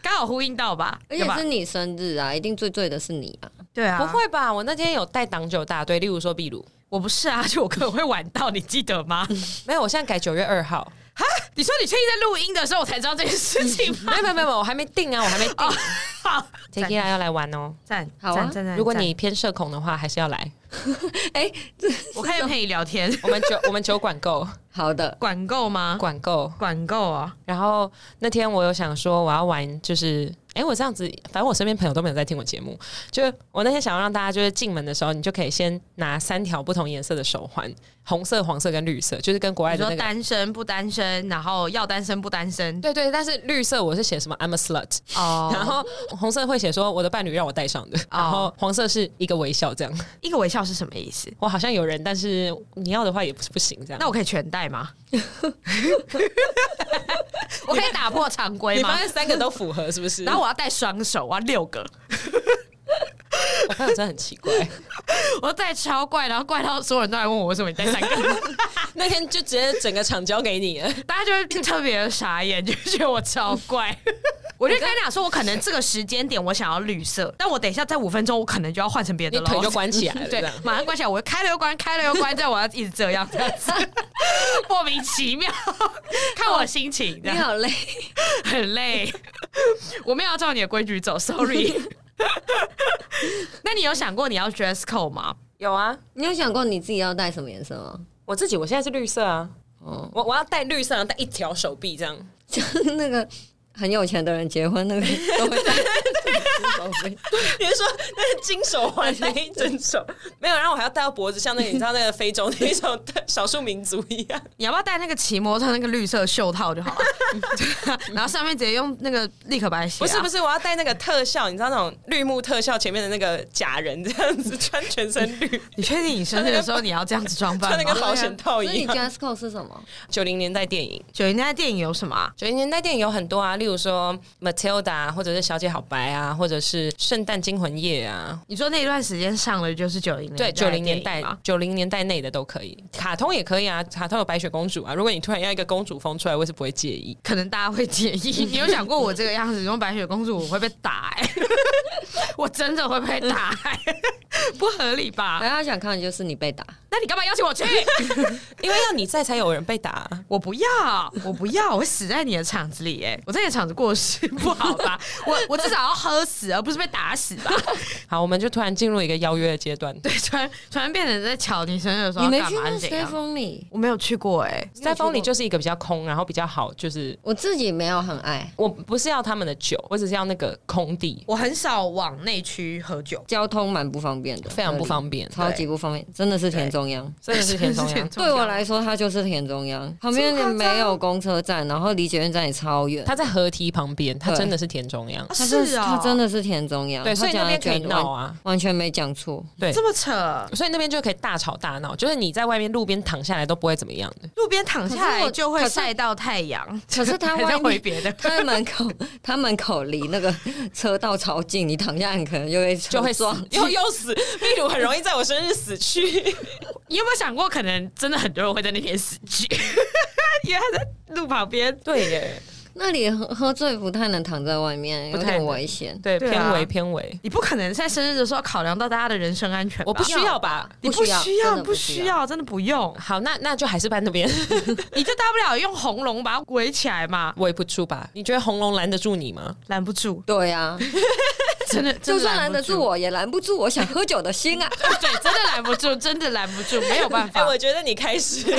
[SPEAKER 2] 刚好呼应到吧？
[SPEAKER 3] 而
[SPEAKER 2] 有
[SPEAKER 3] 且
[SPEAKER 2] 吧
[SPEAKER 3] 是你生日啊，一定最醉的是你啊！
[SPEAKER 2] 对啊，
[SPEAKER 1] 不，会吧？我那天有带挡酒大队，例如说秘鲁，
[SPEAKER 2] 我不是啊，就我可能会晚到，你记得吗？
[SPEAKER 1] 没有，我现在改九月二号，
[SPEAKER 2] 你说你确定在录音的时候我才知道这件事情 吗？
[SPEAKER 1] 没有没有没有，我还没定啊，我还 没定。
[SPEAKER 2] 好，
[SPEAKER 1] t e q
[SPEAKER 2] 赞
[SPEAKER 1] i 要来玩哦，
[SPEAKER 2] 赞
[SPEAKER 3] 好啊
[SPEAKER 2] 赞赞赞！
[SPEAKER 1] 如果你偏社恐的话，还是要来。
[SPEAKER 3] 哎、这
[SPEAKER 2] 赞我可以陪你聊天，
[SPEAKER 1] 我们酒 我们酒管够
[SPEAKER 3] 好的，
[SPEAKER 2] 管够吗？
[SPEAKER 1] 管够，
[SPEAKER 2] 管够啊！
[SPEAKER 1] 然后那天我有想说我要玩，就是哎，我这样子，反正我身边朋友都没有在听我节目，就我那天想要让大家就是进门的时候，你就可以先拿三条不同颜色的手环，红色、黄色跟绿色，就是跟国外
[SPEAKER 2] 你
[SPEAKER 1] 的
[SPEAKER 2] 说
[SPEAKER 1] 那个。
[SPEAKER 2] 单身不单身，然后要单身不单身
[SPEAKER 1] 对对，但是绿色我是写什么 I'm a slut，然
[SPEAKER 2] 哦，
[SPEAKER 1] 后红色会写说我的伴侣让我戴上的，然后黄色是一个微笑这样。
[SPEAKER 2] 一个微笑是什么意思？
[SPEAKER 1] 我好像有人，但是你要的话也不是不行这样。
[SPEAKER 2] 那我可以全戴吗？我可以打破常规
[SPEAKER 1] 你
[SPEAKER 2] 吗
[SPEAKER 1] 发？现三个都符合是不是？
[SPEAKER 2] 然后我要戴双手，我要六个，
[SPEAKER 1] 我朋友真的很奇怪，
[SPEAKER 2] 我要戴超怪，然后怪到所有人都来问我为什么你戴三个，
[SPEAKER 1] 那天就直接整个场交给你 了。
[SPEAKER 2] 大家就会特别的傻眼，就觉得我超怪。 我就跟他讲说，我可能这个时间点我想要绿色，但我等一下在五分钟，我可能就要换成别的
[SPEAKER 1] 你
[SPEAKER 2] 了。
[SPEAKER 1] 腿就关起来 了，
[SPEAKER 2] 对
[SPEAKER 1] 这样，
[SPEAKER 2] 马上关起来，我开了又关，开了又关，这样我要一直这样，这样子 莫名其妙，看我心情，这
[SPEAKER 3] 你
[SPEAKER 2] 样
[SPEAKER 3] 好累，
[SPEAKER 2] 很 累，我没有要照你的规矩走，sorry。那你有想过你要 dress code 吗？
[SPEAKER 1] 有啊，
[SPEAKER 3] 你有想过你自己要戴什么颜色吗？
[SPEAKER 1] 我自己我现在是绿色啊，
[SPEAKER 3] 哦，
[SPEAKER 1] 我我要戴绿色，然后戴一条手臂 这样。
[SPEAKER 3] 就是那个很有钱的人结婚那个 都会 戴手臂
[SPEAKER 1] 比如说那个金手环那一整手 没有，然后我还要戴到脖子，像那个你知道那个非洲 那一种少数民族一 样。
[SPEAKER 2] 你要不要戴那个骑摩托车那个绿色袖套就好了？ 对啊然后上面直接用那个立可白啊写、
[SPEAKER 1] 不是不
[SPEAKER 2] 是，
[SPEAKER 1] 是，我要戴那个特效，你知道那种绿幕特效前面的那个假人这样子穿全身 绿，
[SPEAKER 2] 你确定你生日的时候你要这样子装
[SPEAKER 1] 穿
[SPEAKER 2] 扮
[SPEAKER 1] 那
[SPEAKER 2] 吗
[SPEAKER 1] 个？保险套
[SPEAKER 3] 所以
[SPEAKER 1] 一
[SPEAKER 3] 你
[SPEAKER 1] 样。
[SPEAKER 3] dress code 是什么？
[SPEAKER 1] 九零年代电影，
[SPEAKER 2] 九零年代电影有什么啊？
[SPEAKER 1] 九零年代电影有很多啊，例如说 Matilda，或者是小姐好白啊，或者是圣诞惊魂夜啊，
[SPEAKER 2] 你说那段时间上了就是九零
[SPEAKER 1] 对，九零年代
[SPEAKER 2] 代嘛，
[SPEAKER 1] 九零年代内的都可以，卡通也可以啊，卡通有白雪公主啊。如果你突然要一个公主风出来，我也是不会介意。
[SPEAKER 2] 可能大家会介意。你有想过我这个样子，用白雪公主我会被打、欸？ 我真的会被打、欸，不合理吧？
[SPEAKER 1] 啊
[SPEAKER 3] 大家想看的就是你被打，
[SPEAKER 2] 那你干嘛邀请我去？
[SPEAKER 1] 因为要你在才有人被打啊、
[SPEAKER 2] 我不要，我不要，我会死在你的场子里、欸。哎，我在你的场子过世不好 吧？我我至少要喝死，而不是被打死吧？
[SPEAKER 1] 好，我们就突然进入一个邀约的阶段。
[SPEAKER 2] 对，突然突然变成在瞧你生日
[SPEAKER 1] 啊
[SPEAKER 2] 的时候
[SPEAKER 3] 你没
[SPEAKER 2] 要干
[SPEAKER 3] 去
[SPEAKER 2] 嘛
[SPEAKER 3] 那
[SPEAKER 2] 是怎
[SPEAKER 3] Stay
[SPEAKER 2] 样？
[SPEAKER 3] 风里，
[SPEAKER 2] 我没有去过哎、
[SPEAKER 1] 在风里就是一个比较空，然后比较好，就是
[SPEAKER 3] 我自己没有很爱。
[SPEAKER 1] 我不是要他们的酒，我只是要那个空地，
[SPEAKER 2] 我很少往内区喝酒。
[SPEAKER 3] 交通蛮不方便的，
[SPEAKER 1] 非常不方便，
[SPEAKER 3] 超级不方便，真的是田中央。
[SPEAKER 1] 真的是 田中央。
[SPEAKER 3] 对我来说，它就是田中央，旁边也没有公车站，然后离捷运站也超远。
[SPEAKER 1] 他在河堤旁边，他
[SPEAKER 3] 对
[SPEAKER 1] 真的是田中央
[SPEAKER 2] 啊，，
[SPEAKER 3] 它
[SPEAKER 2] 是啊、
[SPEAKER 3] 它真的是田中央，
[SPEAKER 1] 对，所以那
[SPEAKER 3] 它
[SPEAKER 1] 边可
[SPEAKER 3] 讲
[SPEAKER 1] 以
[SPEAKER 3] 的
[SPEAKER 1] 闹
[SPEAKER 3] 完
[SPEAKER 1] 啊，
[SPEAKER 3] 完全没讲错。
[SPEAKER 1] 对
[SPEAKER 2] 这。么扯，
[SPEAKER 1] 所以那边就可以大吵大闹，就是你在外面路边躺下来都不会怎么样的。
[SPEAKER 2] 路边躺下
[SPEAKER 3] 可是
[SPEAKER 2] 来
[SPEAKER 3] 我
[SPEAKER 2] 就会晒到太阳。
[SPEAKER 3] 可是它
[SPEAKER 2] 还在
[SPEAKER 3] 外
[SPEAKER 2] 回
[SPEAKER 3] 面，
[SPEAKER 2] 别的，
[SPEAKER 3] 它的门口，它门口离那个车道超近，你躺下你可能就会
[SPEAKER 1] 就会
[SPEAKER 3] 车
[SPEAKER 1] 死
[SPEAKER 3] 撞，
[SPEAKER 1] 又又 死。秘鲁很容易在我生日死去，
[SPEAKER 2] 你有没有想过，可能真的很多人会在那天死去， 因为他在路旁边。
[SPEAKER 1] 对耶，
[SPEAKER 3] 那里喝喝醉不太能躺在外面，有
[SPEAKER 1] 不太
[SPEAKER 3] 点
[SPEAKER 1] 能
[SPEAKER 3] 危险。
[SPEAKER 1] 对
[SPEAKER 2] 对啊
[SPEAKER 1] 偏为偏为，
[SPEAKER 2] 你不可能在生日的时候考量到大家的人身安全吧，
[SPEAKER 1] 我不需要吧。
[SPEAKER 2] 你
[SPEAKER 3] 不
[SPEAKER 2] 不
[SPEAKER 3] 需要
[SPEAKER 2] 需
[SPEAKER 3] 真
[SPEAKER 2] 要，
[SPEAKER 3] 的
[SPEAKER 2] 不
[SPEAKER 3] 不需
[SPEAKER 2] 需要，真的不 用，
[SPEAKER 1] 好，那那就还是搬那边，
[SPEAKER 2] 你就大不了用红龙把它围起来嘛，
[SPEAKER 1] 我也不住吧？你觉得红龙拦得住你吗？
[SPEAKER 2] 拦不住，
[SPEAKER 3] 对呀、
[SPEAKER 2] 真的，
[SPEAKER 3] 就
[SPEAKER 2] 真的
[SPEAKER 3] 算拦得住，我，也拦不住我想喝酒的心啊！
[SPEAKER 2] 对，真的拦不住，真的拦不住，没有办
[SPEAKER 1] 哎、
[SPEAKER 2] 法
[SPEAKER 1] 我。觉得你开始 了，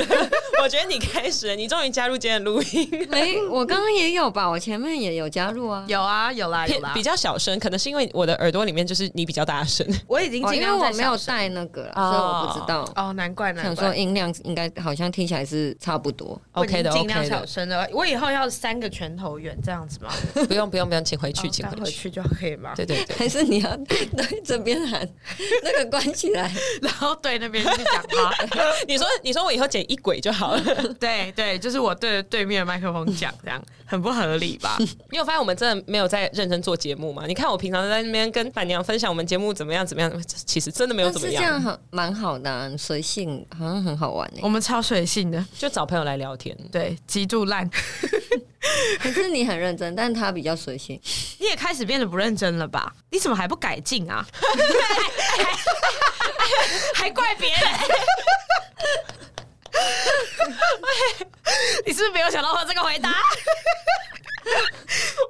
[SPEAKER 1] 我觉得你开始了，你终于加入今天的录音。
[SPEAKER 3] 没，哎我刚刚也有吧，我前面也有加入啊。
[SPEAKER 2] 有啊，有啦，有
[SPEAKER 1] 偏
[SPEAKER 2] 啦
[SPEAKER 1] 比，较小声，可能是因为我的耳朵里面就是你比较大声，
[SPEAKER 2] 我已经
[SPEAKER 3] 哦
[SPEAKER 2] 尽
[SPEAKER 3] 因为
[SPEAKER 2] 量在
[SPEAKER 3] 我没有
[SPEAKER 2] 小声
[SPEAKER 3] 带那个啦，
[SPEAKER 1] 哦
[SPEAKER 3] 所以我不知道。
[SPEAKER 2] 哦，难怪难
[SPEAKER 3] 想
[SPEAKER 2] 怪
[SPEAKER 3] 说。音量应该好像听起来是差不多，
[SPEAKER 2] 我已
[SPEAKER 1] OK
[SPEAKER 2] 经
[SPEAKER 1] 的
[SPEAKER 2] 尽量
[SPEAKER 1] OK
[SPEAKER 2] 小
[SPEAKER 1] 的，
[SPEAKER 2] 声的。我以后要三个拳头远这样子吗？
[SPEAKER 1] 不用不用不用，请回去，
[SPEAKER 2] 哦
[SPEAKER 1] 请
[SPEAKER 2] 带
[SPEAKER 1] 回
[SPEAKER 2] 回
[SPEAKER 1] 去。
[SPEAKER 2] 去就可以吗？
[SPEAKER 1] 对对对，
[SPEAKER 3] 还是你要对这边喊那个关起来？
[SPEAKER 2] 然后对那边去讲话，
[SPEAKER 1] 你说你说我以后剪一轨就好了。
[SPEAKER 2] 对对，就是我对着对面的麦克风讲，这样很不合理吧？
[SPEAKER 1] 你有发现我们真的没有在认真做节目吗？你看我平常在那边跟板娘分享我们节目怎么样怎么样，其实真的没有
[SPEAKER 3] 但
[SPEAKER 1] 怎
[SPEAKER 3] 是
[SPEAKER 1] 么
[SPEAKER 3] 这
[SPEAKER 1] 样，
[SPEAKER 3] 样很蛮好的、啊，随性好像很好玩欸诶、
[SPEAKER 2] 我们超随性的，
[SPEAKER 1] 就找朋友来聊天。
[SPEAKER 2] 对，极度烂。
[SPEAKER 3] 可是你很认真，但他比较随性。
[SPEAKER 2] 你也开始变得不认真了吧？你怎么还不改进啊？ 还怪别人？你是不是没有想到我这个回答？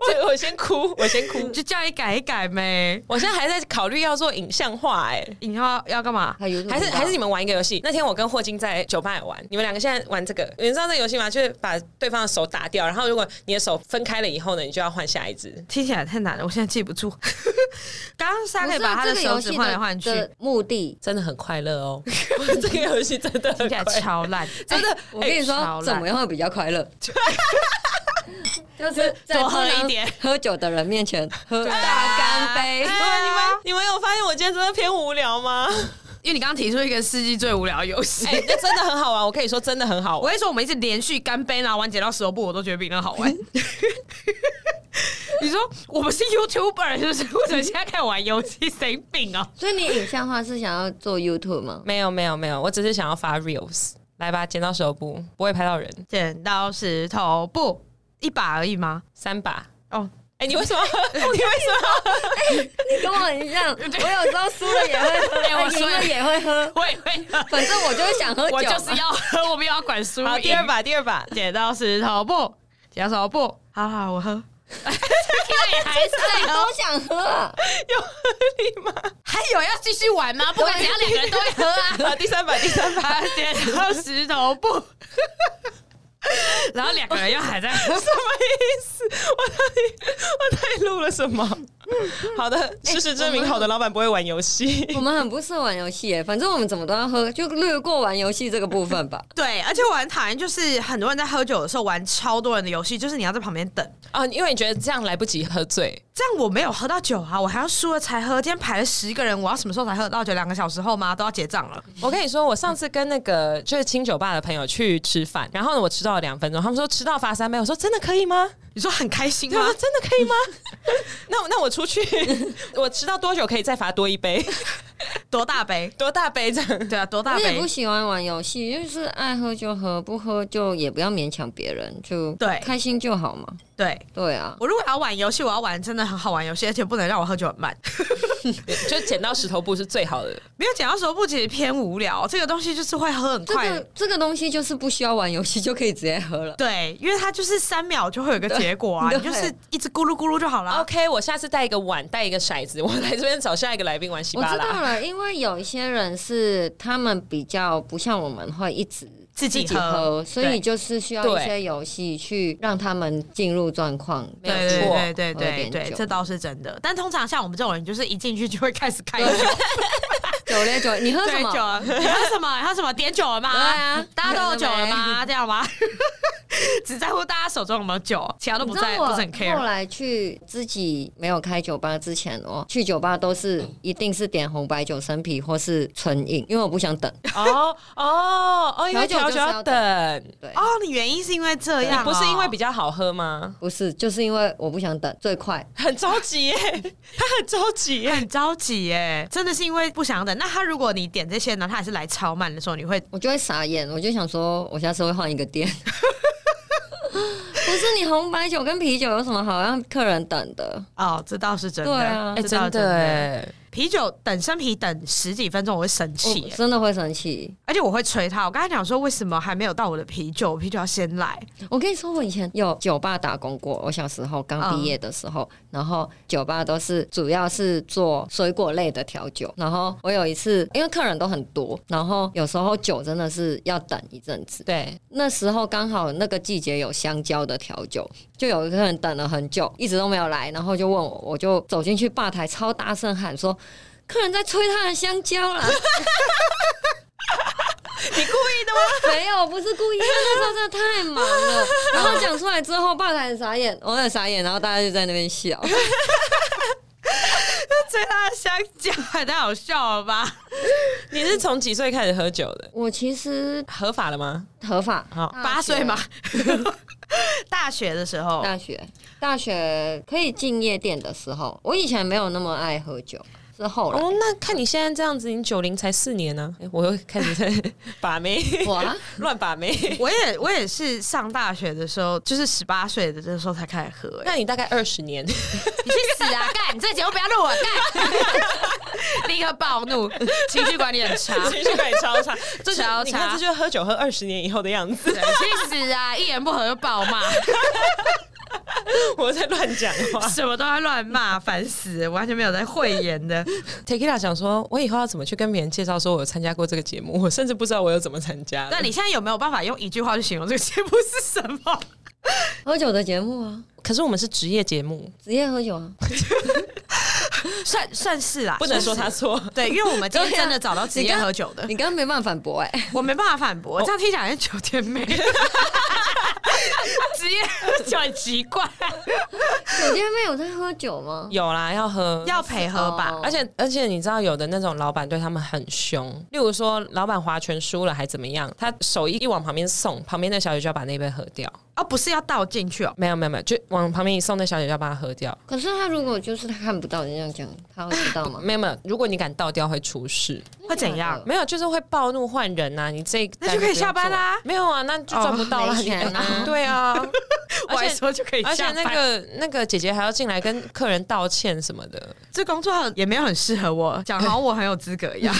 [SPEAKER 1] 我我先哭，我先哭。
[SPEAKER 2] 就叫你改一改呗。
[SPEAKER 1] 我现在还在考虑要做影像化、哎。
[SPEAKER 2] 你要要干嘛？
[SPEAKER 3] 还有
[SPEAKER 1] 还是还是你们玩一个游戏。那天我跟霍金在酒吧也玩，你们两个现在玩这个，你们知道这个游戏吗？就是把对方的手打掉，然后如果你的手分开了以后呢，你就要换下一只。
[SPEAKER 2] 听起来太难了，我现在记不 住。刚刚莎
[SPEAKER 3] 不
[SPEAKER 2] 可以
[SPEAKER 3] 是啊
[SPEAKER 2] 把他的
[SPEAKER 3] 这个
[SPEAKER 2] 手
[SPEAKER 3] 游
[SPEAKER 2] 指
[SPEAKER 3] 戏
[SPEAKER 2] 换来换去，
[SPEAKER 3] 的目的。
[SPEAKER 1] 真的很快乐 哦，这个游戏真的
[SPEAKER 2] 听
[SPEAKER 1] 很
[SPEAKER 2] 起来
[SPEAKER 1] 快
[SPEAKER 2] 超 烂。
[SPEAKER 1] 真的。
[SPEAKER 3] 我跟你
[SPEAKER 2] 哎超
[SPEAKER 3] 说，
[SPEAKER 2] 烂
[SPEAKER 3] 怎么样会比较快 乐？就是在
[SPEAKER 2] 多喝了
[SPEAKER 3] 不能
[SPEAKER 2] 一点
[SPEAKER 3] 喝酒的人面前喝
[SPEAKER 2] 啊
[SPEAKER 3] 大干杯
[SPEAKER 2] 对。啊
[SPEAKER 1] 哎你们有发现我今天真的偏无聊吗？
[SPEAKER 2] 因为你刚刚提出一个世纪最无聊的游戏。
[SPEAKER 1] 哎、那真的很好玩，我可以说真的很好
[SPEAKER 2] 我
[SPEAKER 1] 玩。
[SPEAKER 2] 跟你说，我们一直连续干杯，然后玩剪刀石头布，我都觉得比那好 玩。你说我们是 YouTuber 是不是？为什么现在开始玩游戏？谁病啊？
[SPEAKER 3] 所以你影像化是想要做 YouTube 吗？
[SPEAKER 1] 没有没有没有，我只是想要发 reels。来吧，剪刀石头布，不会拍到人，
[SPEAKER 2] 剪刀石头布一把而已吗？
[SPEAKER 1] 三把。
[SPEAKER 2] 哦，
[SPEAKER 1] 哎、你为 什么？你为什么？
[SPEAKER 3] 你跟我很像， 我有时候输了也会喝，
[SPEAKER 2] 哎我
[SPEAKER 3] 哎
[SPEAKER 2] 输
[SPEAKER 3] 赢
[SPEAKER 2] 了
[SPEAKER 3] 了也会喝，
[SPEAKER 2] 我也会喝，
[SPEAKER 3] 反正我就是想喝酒
[SPEAKER 2] 我
[SPEAKER 3] 嘛。
[SPEAKER 2] 就是要喝，我没有要管输
[SPEAKER 1] 好，
[SPEAKER 2] 赢
[SPEAKER 1] 第二把，第二把。
[SPEAKER 2] 剪刀石头布，剪刀石头布，好好，我喝。 听了也还是在喝，
[SPEAKER 3] 都想喝啊，
[SPEAKER 2] 还有要继续玩吗？不管怎样，两个人都会喝啊。
[SPEAKER 1] 好， 第三把，第三把。
[SPEAKER 2] 把剪刀石头布，然后两个人又还在喝。
[SPEAKER 1] 什么意思？我到底我到底录了什么？好的，事实证明，好的老板不会玩游戏。
[SPEAKER 3] 我们很不适合玩游戏耶，反正我们怎么都要喝，就略过玩游戏这个部分吧。
[SPEAKER 2] 对，而且我很讨厌，就是很多人在喝酒的时候玩超多人的游戏，就是你要在旁边等。
[SPEAKER 1] 哦，因为你觉得这样来不及喝醉，
[SPEAKER 2] 这样我没有喝到酒啊，我还要输了才喝。今天排了十个人，我要什么时候才喝到酒？两个小时后吗？都要结账了。
[SPEAKER 1] 我跟你说，我上次跟那个就是清酒吧的朋友去吃饭，然后呢，我迟到了两分钟，他们说迟到罚三杯，我说真的可以吗？
[SPEAKER 2] 你说很开心
[SPEAKER 1] 对
[SPEAKER 2] 吗
[SPEAKER 1] 啊，？真的可以吗？那我那我出去，我迟到多久可以再罚多一杯？
[SPEAKER 2] 多大杯？
[SPEAKER 1] 多大杯这样？
[SPEAKER 2] 对啊，多大
[SPEAKER 3] 我也
[SPEAKER 2] 杯
[SPEAKER 3] 不？喜欢玩游戏，就是爱喝就喝，不喝就也不要勉强别人，就
[SPEAKER 2] 对
[SPEAKER 3] 开心就好嘛。
[SPEAKER 2] 对
[SPEAKER 3] 对啊，
[SPEAKER 2] 我如果要玩游戏，我要玩真的很好玩游戏，而且不能让我喝酒很慢。
[SPEAKER 1] 就剪刀石头布是最好的。
[SPEAKER 2] 没有讲到手部其实偏无聊，这个东西就是会喝很
[SPEAKER 3] 这
[SPEAKER 2] 快。
[SPEAKER 3] 个这个东西就是不需要玩游戏就可以直接喝了。
[SPEAKER 2] 对，因为它就是三秒就会有一个结果啊，
[SPEAKER 3] 对
[SPEAKER 2] 你就是一直咕噜咕噜就好 了。啊
[SPEAKER 1] OK，我下次带一个碗，带一个骰子，我来这边找下一个来宾玩稀
[SPEAKER 3] 我
[SPEAKER 1] 巴
[SPEAKER 3] 知道
[SPEAKER 1] 拉。
[SPEAKER 3] 了，因为有一些人是他们比较不像我们会一直
[SPEAKER 2] 自己
[SPEAKER 3] 自己
[SPEAKER 2] 喝
[SPEAKER 3] 喝，所以就是需要
[SPEAKER 1] 对
[SPEAKER 3] 一些游戏去让他们进入状况。
[SPEAKER 1] 没有
[SPEAKER 2] 对
[SPEAKER 1] 错
[SPEAKER 2] 对对
[SPEAKER 3] 喝
[SPEAKER 2] 对对
[SPEAKER 3] 点
[SPEAKER 2] 对，
[SPEAKER 3] 酒
[SPEAKER 2] 这倒是真的。但通常像我们这种人，就是一进去就会开始开酒，
[SPEAKER 3] 酒类酒，你喝什
[SPEAKER 2] 对酒
[SPEAKER 3] 么？
[SPEAKER 2] 啊，你喝什么？你喝什么？点酒了吗？
[SPEAKER 3] 对啊
[SPEAKER 2] 大家都有酒了
[SPEAKER 3] 点了
[SPEAKER 2] 吗？这样吗？只在乎大家手中有没有酒，其他都
[SPEAKER 3] 你
[SPEAKER 2] 不
[SPEAKER 3] 知道
[SPEAKER 2] 在，
[SPEAKER 3] 我
[SPEAKER 2] 不是很 care
[SPEAKER 3] 后。来去自己没有开酒吧之前哦，去酒吧都是一定是点红白酒、生啤或是纯饮，因为我不想等。
[SPEAKER 1] 哦哦哦，因为
[SPEAKER 3] 调
[SPEAKER 1] 调酒
[SPEAKER 3] 酒就是
[SPEAKER 1] 要
[SPEAKER 3] 要
[SPEAKER 1] 等啊
[SPEAKER 3] 等，对，
[SPEAKER 2] 哦，你原因是因为这样哦、
[SPEAKER 1] 不是因为比较好喝吗？
[SPEAKER 3] 不是，就是因为我不想等，最快。
[SPEAKER 1] 很着急耶，他很着急耶。
[SPEAKER 2] 很着急耶，真的是因为不想等。那他如果你点这些呢，他还是来超慢的时候，你会
[SPEAKER 3] 我就会傻眼，我就想说，我下次会换一 个店。不是你红白酒跟啤酒有什么好让客人等的？
[SPEAKER 2] 哦，这倒是真的，
[SPEAKER 3] 对啊
[SPEAKER 1] 哎，
[SPEAKER 2] 这倒
[SPEAKER 1] 真
[SPEAKER 2] 是
[SPEAKER 1] 的哎，
[SPEAKER 2] 啤酒等生啤等十几分钟，我会生气
[SPEAKER 3] 我
[SPEAKER 2] 耶，
[SPEAKER 3] 真的会生气。
[SPEAKER 2] 而且我会催他。我刚才讲说，为什么还没有到我的啤酒？我啤酒要先来，
[SPEAKER 3] 我跟你说，我以前有酒吧打工过。我小时候刚毕业的时候，然后酒吧都是主要是做水果类的调酒。然后我有一次，因为客人都很多，然后有时候酒真的是要等一阵子。
[SPEAKER 1] 对，
[SPEAKER 3] 那时候刚好那个季节有香蕉的调酒，就有一个人等了很久，一直都没有来，然后就问我，我就走进去吧台，超大声喊说：“客人在吹他的香蕉啦！”你故意的吗？没有，不是故意，因为那时候真的太忙了。然后讲出来之后，吧台很傻眼，我很傻眼，然后大家就在那边笑。
[SPEAKER 2] 催他的香蕉，太好笑了吧？
[SPEAKER 1] 你是从几岁开始喝酒的？
[SPEAKER 3] 我其实
[SPEAKER 1] 合法了吗？
[SPEAKER 3] 合法，
[SPEAKER 1] 好
[SPEAKER 3] 大学
[SPEAKER 2] 八岁嘛， 大学的时候，
[SPEAKER 3] 大学，大学可以进夜店的时候，我以前没有那么爱喝酒，是后来
[SPEAKER 1] 哦，那看你现在这样子，你九零才四年呢、哎我又开始在 把妹，
[SPEAKER 3] 我啊。
[SPEAKER 1] 乱把妹。
[SPEAKER 2] 我也我也是上大学的时候，就是十八岁的这时候才开始喝、哎
[SPEAKER 1] 那你大概二十年，
[SPEAKER 2] 你去死 啊！干，你这节目不要录我干！ 立刻暴怒，情绪管理很差。
[SPEAKER 1] 情绪感也超差，这是
[SPEAKER 2] 超差
[SPEAKER 1] 你看，这就是喝酒喝二十年以后的样子。
[SPEAKER 2] 对去死啊！一言不合就暴骂，
[SPEAKER 1] 我在乱讲话。
[SPEAKER 2] 什么都要乱骂，烦死！完全没有在慧眼的。
[SPEAKER 1] Tequila 想说，我以后要怎么去跟别人介绍说我有参加过这个节目？我甚至不知道我有怎么参加的。
[SPEAKER 2] 那你现在有没有办法用一句话去形容这个节目是什么？
[SPEAKER 3] 喝酒的节目啊，
[SPEAKER 1] 可是我们是职业节目，
[SPEAKER 3] 职业 喝酒啊，
[SPEAKER 2] 算算是啦，
[SPEAKER 1] 不能说
[SPEAKER 2] 算
[SPEAKER 1] 他
[SPEAKER 2] 是。
[SPEAKER 1] 错。
[SPEAKER 2] 对，因为我们今天
[SPEAKER 3] 对啊
[SPEAKER 2] 真的找到职
[SPEAKER 3] 你
[SPEAKER 2] 业
[SPEAKER 3] 刚
[SPEAKER 2] 喝酒的，哦
[SPEAKER 3] 你刚刚没办法反驳哎、
[SPEAKER 2] 我没办法反驳，这样听起来很酒店 妹。职 业喝酒很奇怪，
[SPEAKER 3] 酒店妹有在喝酒 吗？
[SPEAKER 1] 有啦，要喝，
[SPEAKER 2] 要陪喝吧？
[SPEAKER 3] 哦
[SPEAKER 1] 而且而且你知道，有的那种老板对他们很凶，例如说老板划拳输了还怎么样，他手一一往旁边送，旁边的小姐就要把那杯喝掉。
[SPEAKER 2] 哦，不是要倒进去哦。
[SPEAKER 1] 没有没有没有，就往旁边一送，那小姐就要把它喝掉。
[SPEAKER 3] 可是他如果就是他看不到，你这样讲，他会知道 吗？
[SPEAKER 1] 没有没有，如果你敢倒掉会出事。
[SPEAKER 2] 会怎样
[SPEAKER 1] 没有，就是会暴怒换人呐、你这
[SPEAKER 2] 那就可以下班啦
[SPEAKER 1] 啦、没有啊，那就赚不到
[SPEAKER 3] 哦
[SPEAKER 1] 了，
[SPEAKER 3] 没
[SPEAKER 1] 你
[SPEAKER 3] 钱啊
[SPEAKER 1] 哎对啊，
[SPEAKER 2] 我还
[SPEAKER 1] 而且
[SPEAKER 2] 说就可以
[SPEAKER 1] 而且
[SPEAKER 2] 下班
[SPEAKER 1] 那个那个姐姐还要进来跟客人道歉什么的。
[SPEAKER 2] 这工作也没有很适合我，讲好像我很有资格一样。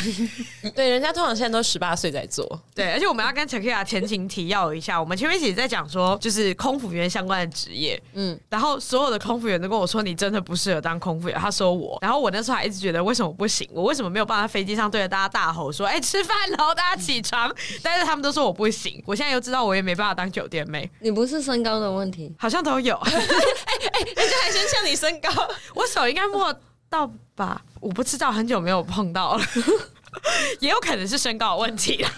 [SPEAKER 1] 对，人家通常现在都十八岁在做。
[SPEAKER 2] 对，而且我们要跟 t e k i a 前情提要一下，我们前面一直在讲说，就是空服员相关的职业，嗯
[SPEAKER 3] 嗯，
[SPEAKER 2] 然后所有的空服员都跟我说，你真的不适合当空服员。他说我，然后我那时候还一直觉得为什么不行，我为什么没有办法飞机上对着大家大吼说，哎、吃饭喽，大家起 床，但是他们都说我不行，我现在又知道我也没办法当酒店妹，
[SPEAKER 3] 你不是身高的问题，
[SPEAKER 2] 好像都有，
[SPEAKER 1] 人家还先向你身高，
[SPEAKER 2] 我手应该摸到吧，我不知道，很久没有碰 到了。也有可能是身高的问题啦，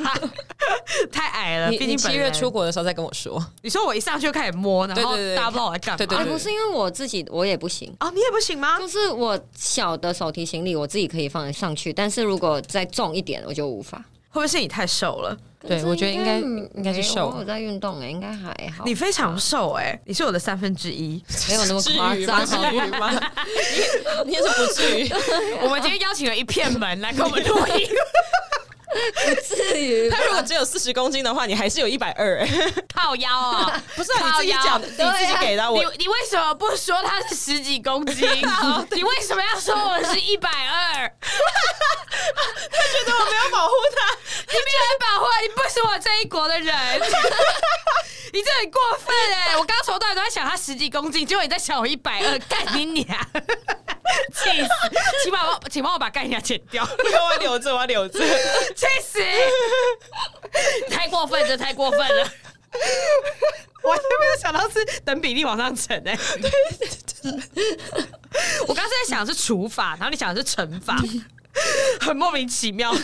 [SPEAKER 2] 太矮了。
[SPEAKER 1] 你
[SPEAKER 2] 毕
[SPEAKER 1] 你
[SPEAKER 2] 竟本
[SPEAKER 1] 七月
[SPEAKER 2] 人
[SPEAKER 1] 出国的时候再跟我说，
[SPEAKER 2] 你说我一上去就开始摸，然后
[SPEAKER 1] 对对对
[SPEAKER 2] 大家不知道我在干嘛。
[SPEAKER 1] 对对
[SPEAKER 3] 哎、
[SPEAKER 1] 对
[SPEAKER 3] 不是因为我自己我也不行。
[SPEAKER 2] 哦，你也不行吗？
[SPEAKER 3] 就是我小的手提行李，我自己可以放得上去，但是如果再重一点，我就无法。
[SPEAKER 2] 不会是你太瘦了？
[SPEAKER 1] 对我觉得应该应该是瘦
[SPEAKER 3] 我有在运动哎、应该还好，
[SPEAKER 2] 你非常瘦哎、你是我的三分之一。
[SPEAKER 3] 没有那么夸张，哦
[SPEAKER 1] 至于吗？你你也是不至于，
[SPEAKER 2] 我们今天邀请了一片门来跟我们录音，
[SPEAKER 3] 不至于吧。
[SPEAKER 1] 他如果只有四十公斤的话，你还是有一百二哎，
[SPEAKER 2] 靠腰 啊、
[SPEAKER 1] 不是、啊、
[SPEAKER 2] 靠
[SPEAKER 1] 你自己
[SPEAKER 2] 腰
[SPEAKER 1] 讲的，你自己给的啊，我
[SPEAKER 2] 你你为什么不说他是十几公 斤？你为什么要说我是一百二？
[SPEAKER 1] 觉得我没有保护他，
[SPEAKER 2] 你没有人保护我，你不是我这一国的人， 你这很过分哎、我刚刚从头到尾都在想他十几公斤，结果你在想我一百二，干你娘！气死！请帮我，请帮我把干娘剪掉，
[SPEAKER 1] 我要留着，我要留着。
[SPEAKER 2] 气死！太过分，这太过分了。我还没有想到是等比例往上乘哎、我刚才在想的是除法，然后你想的是乘 法，很莫名其妙，
[SPEAKER 1] 哎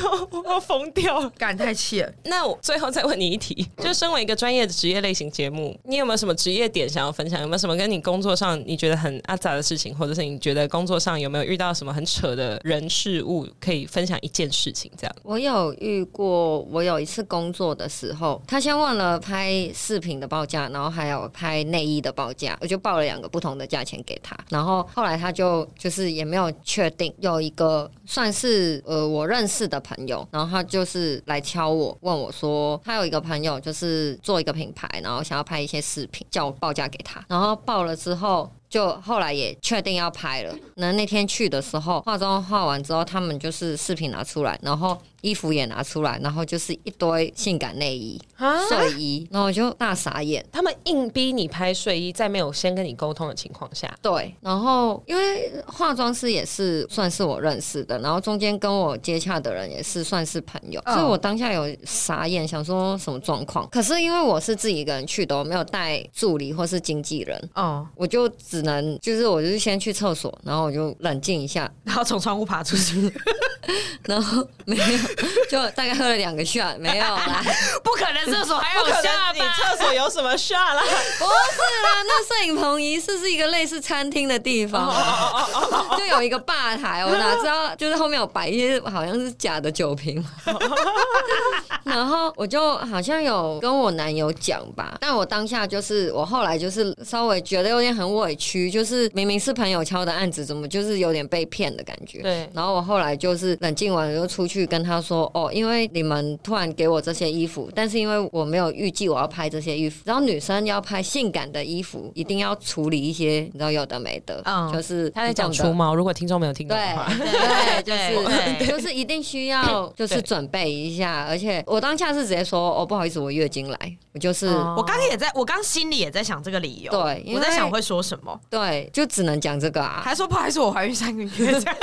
[SPEAKER 1] 呦，我要疯掉了。
[SPEAKER 2] 感太气了。
[SPEAKER 1] 那我最后再问你一题， 就是身为一个专业的职业类型节目，你有没有什么职业点想要分享？有没有什么跟你工作上你觉得很阿杂的事情，或者是你觉得工作上有没有遇到什么很扯的人事物，可以分享一件事情这样？
[SPEAKER 3] 我有遇过，我有一次工作的时候，他先问了拍饰品的报价，然后还有拍内衣的报价，我就报了两个不同的价钱给他。然后后来他就就是也没有确定，有一个算是呃我认识的朋友，然后他就是来敲我，问我说他有一个朋友就是做一个品牌，然后想要拍一些饰品，叫我报价给他。然后报了之后，就后来也确定要拍了。那那天去的时候，化妆化完之后，他们就是饰品拿出来，然后衣服也拿出来，然后就是一堆性感内衣、
[SPEAKER 2] 啊
[SPEAKER 3] 睡衣，然后我就大傻眼。
[SPEAKER 1] 他们硬逼你拍睡衣，在没有先跟你沟通的情况下，
[SPEAKER 3] 对，然后因为化妆师也是算是我认识的，然后中间跟我接洽的人也是算是朋友，
[SPEAKER 2] 嗯
[SPEAKER 3] 所以我当下有傻眼，想说什么状况。可是因为我是自己一个人去的，我没有带助理或是经纪人。
[SPEAKER 2] 哦，
[SPEAKER 3] 我就只能，就是我就是先去厕所，然后我就冷静一下，
[SPEAKER 2] 然后从窗户爬出去，
[SPEAKER 3] 然后没有，就大概喝了两个 shot，没有啦，
[SPEAKER 2] 不可能厕所还
[SPEAKER 1] 不
[SPEAKER 2] 有
[SPEAKER 1] 可
[SPEAKER 2] 下
[SPEAKER 1] 能你
[SPEAKER 2] 吧？
[SPEAKER 1] 厕所有什么啊事啦？
[SPEAKER 3] 不是啦，那摄影棚疑似是一个类似餐厅的地方啊，就有一个吧台，我哪知道就是后面有摆一些好像是假的酒瓶嘛，然后我就好像有跟我男友讲吧，但我当下就是我后来就是稍微觉得有点很委屈，就是明明是朋友敲的案子，怎么就是有点被骗的感觉，
[SPEAKER 1] 对
[SPEAKER 3] 然后我后来就是冷静完了就出去跟他说，哦，因为你们突然给我这些衣服，但是因为我没有预计我要拍这些衣服，然后女生要拍性感的衣服，一定要处理一些你知道有的没的，
[SPEAKER 2] 嗯
[SPEAKER 3] 就是
[SPEAKER 1] 他在讲
[SPEAKER 3] 你懂
[SPEAKER 1] 除
[SPEAKER 3] 的
[SPEAKER 1] 毛，如果听众没有听懂的 话，
[SPEAKER 3] 对对，
[SPEAKER 2] 对
[SPEAKER 3] 就是就是一定需 要就是
[SPEAKER 1] 对
[SPEAKER 3] 准备一下，而且我当下是直接说哦不好意思，我月经来，我就是、
[SPEAKER 1] 哦
[SPEAKER 2] 我刚也在，我刚心里也在想这个理由，
[SPEAKER 3] 对因为
[SPEAKER 2] 我在想我会说什么，
[SPEAKER 3] 对，就只能讲这个啊，
[SPEAKER 2] 还说不好意思，我怀孕三个 月，这样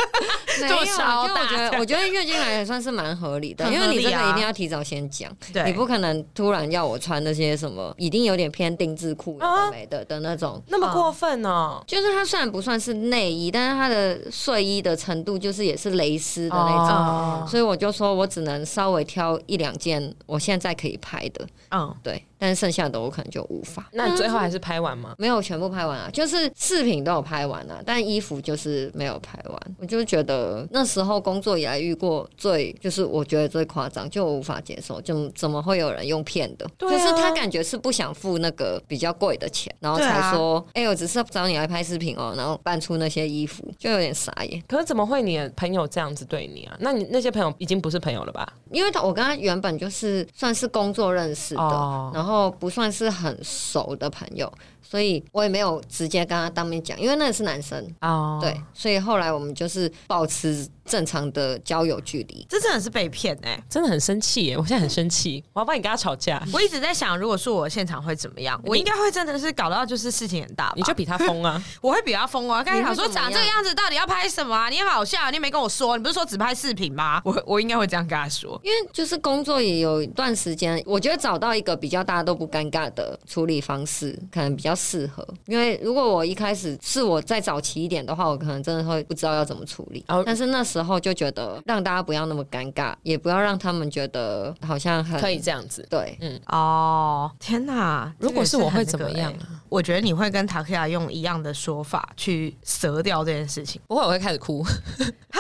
[SPEAKER 2] 这
[SPEAKER 3] 没有，
[SPEAKER 2] 么
[SPEAKER 3] 就
[SPEAKER 2] 超
[SPEAKER 3] 我
[SPEAKER 2] 大
[SPEAKER 3] 觉得我觉得月经来也算是蛮合理的，
[SPEAKER 2] 很
[SPEAKER 3] 因为
[SPEAKER 2] 合
[SPEAKER 3] 你这
[SPEAKER 2] 理
[SPEAKER 3] 个
[SPEAKER 2] 啊
[SPEAKER 3] 一定要提早先讲，
[SPEAKER 2] 对
[SPEAKER 3] 你不可能突然要我穿那些什么已经有点偏定制裤有的没的的那种。
[SPEAKER 1] 啊那么过分哦。
[SPEAKER 3] 就是它虽然不算是内衣，但是它的睡衣的程度就是也是蕾丝的那种，
[SPEAKER 2] 啊
[SPEAKER 1] 哦
[SPEAKER 3] 所以我就说我只能稍微挑一两件我现在可以拍的，
[SPEAKER 2] 嗯，
[SPEAKER 3] 对，但是剩下的我可能就无法。
[SPEAKER 1] 那你最后还是拍完吗？
[SPEAKER 3] 没有全部拍完啊，就是饰品都有拍完啊，但衣服就是没有拍完。我就觉得那时候工作以来遇过最，就是我觉得最夸张，就我无法接受，就怎么会有人用骗的？
[SPEAKER 1] 对啊
[SPEAKER 3] 就是他感觉是不想付那个比较贵的钱，然后
[SPEAKER 2] 对啊
[SPEAKER 3] 才说，哎、我只是找你来拍视频哦，然后搬出那些衣服，就有点傻眼。
[SPEAKER 1] 可是怎么会你的朋友这样子对你啊？那你那些朋友已经不是朋友了吧？
[SPEAKER 3] 因为他我跟他原本就是算是工作认识的，
[SPEAKER 1] 哦
[SPEAKER 3] 然后不算是很熟的朋友，所以我也没有直接跟他当面讲，因为那个是男生。
[SPEAKER 1] 哦，
[SPEAKER 3] 对，所以后来我们就是保持正常的交友距离。
[SPEAKER 2] 这真的是被骗哎、
[SPEAKER 1] 真的很生气耶！我现在很生气，我要帮你跟他吵架，
[SPEAKER 2] 我一直在想，如果是我现场会怎么样？我应该会真的是搞到就是事情很大吧？
[SPEAKER 1] 你就比他疯啊！
[SPEAKER 2] 我会比较疯哦。刚才想说
[SPEAKER 3] 你会怎么
[SPEAKER 2] 长
[SPEAKER 3] 样
[SPEAKER 2] 这个样子到底要拍什么啊？你很好笑，你也没跟我说，你不是说只拍视频吗？我我应该会这样跟他说。
[SPEAKER 3] 因为就是工作也有一段时间，我觉得找到一个比较大家都不尴尬的处理方式，可能比较适合。因为如果我一开始是我再早期一点的话，我可能真的会不知道要怎么处理。
[SPEAKER 1] 哦
[SPEAKER 3] 但是那时候就觉得让大家不要那么尴尬，也不要让他们觉得好像很
[SPEAKER 1] 可以这样子。
[SPEAKER 3] 对。
[SPEAKER 2] 哦，天哪！
[SPEAKER 1] 如果是
[SPEAKER 2] 这个
[SPEAKER 1] 我会
[SPEAKER 2] 很那
[SPEAKER 1] 怎么
[SPEAKER 2] 个
[SPEAKER 1] 样
[SPEAKER 2] 欸
[SPEAKER 1] 啊？
[SPEAKER 2] 我觉得你会跟塔克亚用一样的说法去折掉这件事情。
[SPEAKER 1] 不会，我会开始哭，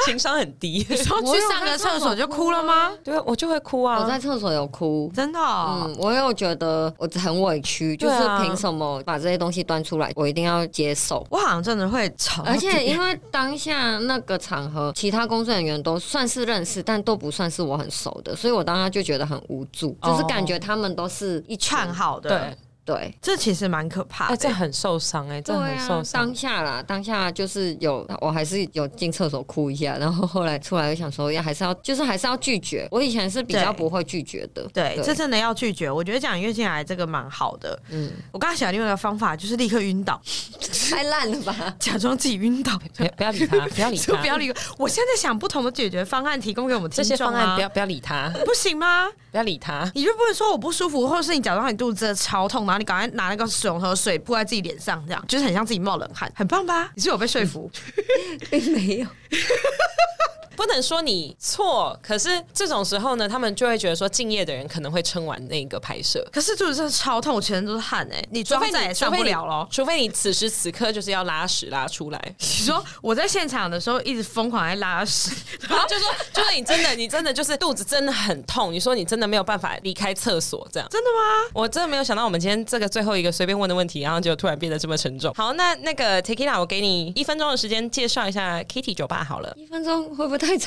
[SPEAKER 1] 情商很低。
[SPEAKER 2] 你说
[SPEAKER 3] 我
[SPEAKER 2] 去
[SPEAKER 3] 有
[SPEAKER 2] 上个
[SPEAKER 3] 在
[SPEAKER 2] 厕
[SPEAKER 3] 厕
[SPEAKER 2] 所
[SPEAKER 3] 所
[SPEAKER 2] 就
[SPEAKER 3] 哭
[SPEAKER 2] 哭了吗？
[SPEAKER 1] 对，我就会哭
[SPEAKER 3] 我
[SPEAKER 1] 啊
[SPEAKER 3] 在。厕所有哭，
[SPEAKER 2] 真的哦、
[SPEAKER 3] 嗯，我有觉得我很委屈，就是
[SPEAKER 1] 对啊
[SPEAKER 3] 凭什么把这些东西端出来，我一定要接受。
[SPEAKER 2] 我好像真的会吵到
[SPEAKER 3] 而
[SPEAKER 2] 底。
[SPEAKER 3] 且因为当下那个场合，其他工作人员都算是认识，但都不算是我很熟的，所以我当时就觉得很无助，
[SPEAKER 2] 哦
[SPEAKER 3] 就是感觉他们都是一群
[SPEAKER 2] 串好的，
[SPEAKER 1] 对，哎、
[SPEAKER 3] 对。
[SPEAKER 2] 这其实蛮可怕的、
[SPEAKER 1] 这很受伤哎、这
[SPEAKER 3] 对
[SPEAKER 1] 很
[SPEAKER 3] 啊
[SPEAKER 1] 受，伤。
[SPEAKER 3] 当下啦，当下就是有，我还是有进厕所哭一下，然后后来出来就想说，哎要还是要，就是还是要拒绝。我以前是比较
[SPEAKER 2] 对
[SPEAKER 3] 不会拒绝的，
[SPEAKER 2] 对，这
[SPEAKER 3] 对，
[SPEAKER 2] 真的要拒绝。我觉得讲月经来这个蛮好的。
[SPEAKER 3] 嗯，
[SPEAKER 2] 我刚才想另外一个方法，就是立刻晕倒，
[SPEAKER 3] 太烂了吧？
[SPEAKER 2] 假装自己 晕倒，
[SPEAKER 1] 不要不要理他，不要 理
[SPEAKER 2] 就不要
[SPEAKER 1] 他。
[SPEAKER 2] 理我。我现在想不同的解决方案，提供给我们听
[SPEAKER 1] 这些
[SPEAKER 2] 众啊
[SPEAKER 1] 方案不要不要理他，
[SPEAKER 2] 不行吗？
[SPEAKER 1] 不要理他。
[SPEAKER 2] 你就不能说我不舒服，或者是你假装你肚子真的超痛，然后你赶快拿那个水龙头的水泼在自己脸上，这样就是很像自己冒冷汗，很棒吧？你是有被说服？
[SPEAKER 3] 并没有，
[SPEAKER 1] 不能说你错，可是这种时候呢，他们就会觉得说，敬业的人可能会撑完那个拍摄。
[SPEAKER 2] 可是肚子真的超痛，我全身都是汗哎、你
[SPEAKER 1] 除
[SPEAKER 2] 妆
[SPEAKER 1] 非
[SPEAKER 2] 再
[SPEAKER 1] 你
[SPEAKER 2] 也上不了咯。
[SPEAKER 1] 除非你除非你此时此刻就是要拉屎拉出来，
[SPEAKER 2] 你说我在现场的时候一直疯狂在拉屎，
[SPEAKER 1] 然后就说就是你真的你真的就是肚子真的很痛，你说你真的没有办法离开厕所这样。
[SPEAKER 2] 真的吗？
[SPEAKER 1] 我真的没有想到我们今天这个最后一个随便问的问题，然后就突然变得这么沉重。好，那那个 Tequila，我给你一分钟的时间介绍一下 Kitty 酒吧好了。
[SPEAKER 3] 一分钟会不会太长？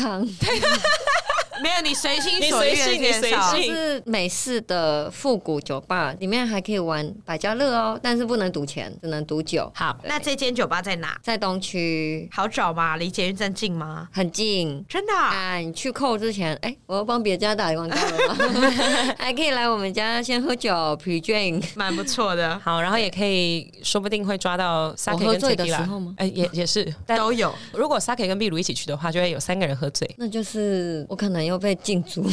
[SPEAKER 2] 没有，你随心
[SPEAKER 1] 你
[SPEAKER 2] 所
[SPEAKER 1] 随
[SPEAKER 2] 欲的
[SPEAKER 1] 性你
[SPEAKER 2] 介
[SPEAKER 1] 随
[SPEAKER 2] 绍
[SPEAKER 1] 性。
[SPEAKER 3] 是美式的复古酒吧，里面还可以玩百家乐哦，但是不能赌钱，只能赌酒。
[SPEAKER 1] 好，
[SPEAKER 2] 那这间酒吧在哪？
[SPEAKER 3] 在东区
[SPEAKER 2] 好找吗？离捷运站近吗？
[SPEAKER 3] 很近。
[SPEAKER 2] 真的啊、
[SPEAKER 3] 啊，你去扣之前，哎、我要帮别家打广告了 吗？还可以来我们家先喝酒，pre drink。
[SPEAKER 2] 蛮不错 的，
[SPEAKER 1] 好，然后也可以，说不定会抓到 s a
[SPEAKER 3] 我
[SPEAKER 1] k
[SPEAKER 3] 喝
[SPEAKER 1] 跟
[SPEAKER 3] 醉的时
[SPEAKER 1] Tequila
[SPEAKER 3] 候吗
[SPEAKER 1] 哎、也也是。但
[SPEAKER 2] 都有。
[SPEAKER 1] 如果 s a k 跟秘鲁一起去的话，就会有三个人喝醉。
[SPEAKER 3] 那就是我可能又被禁足，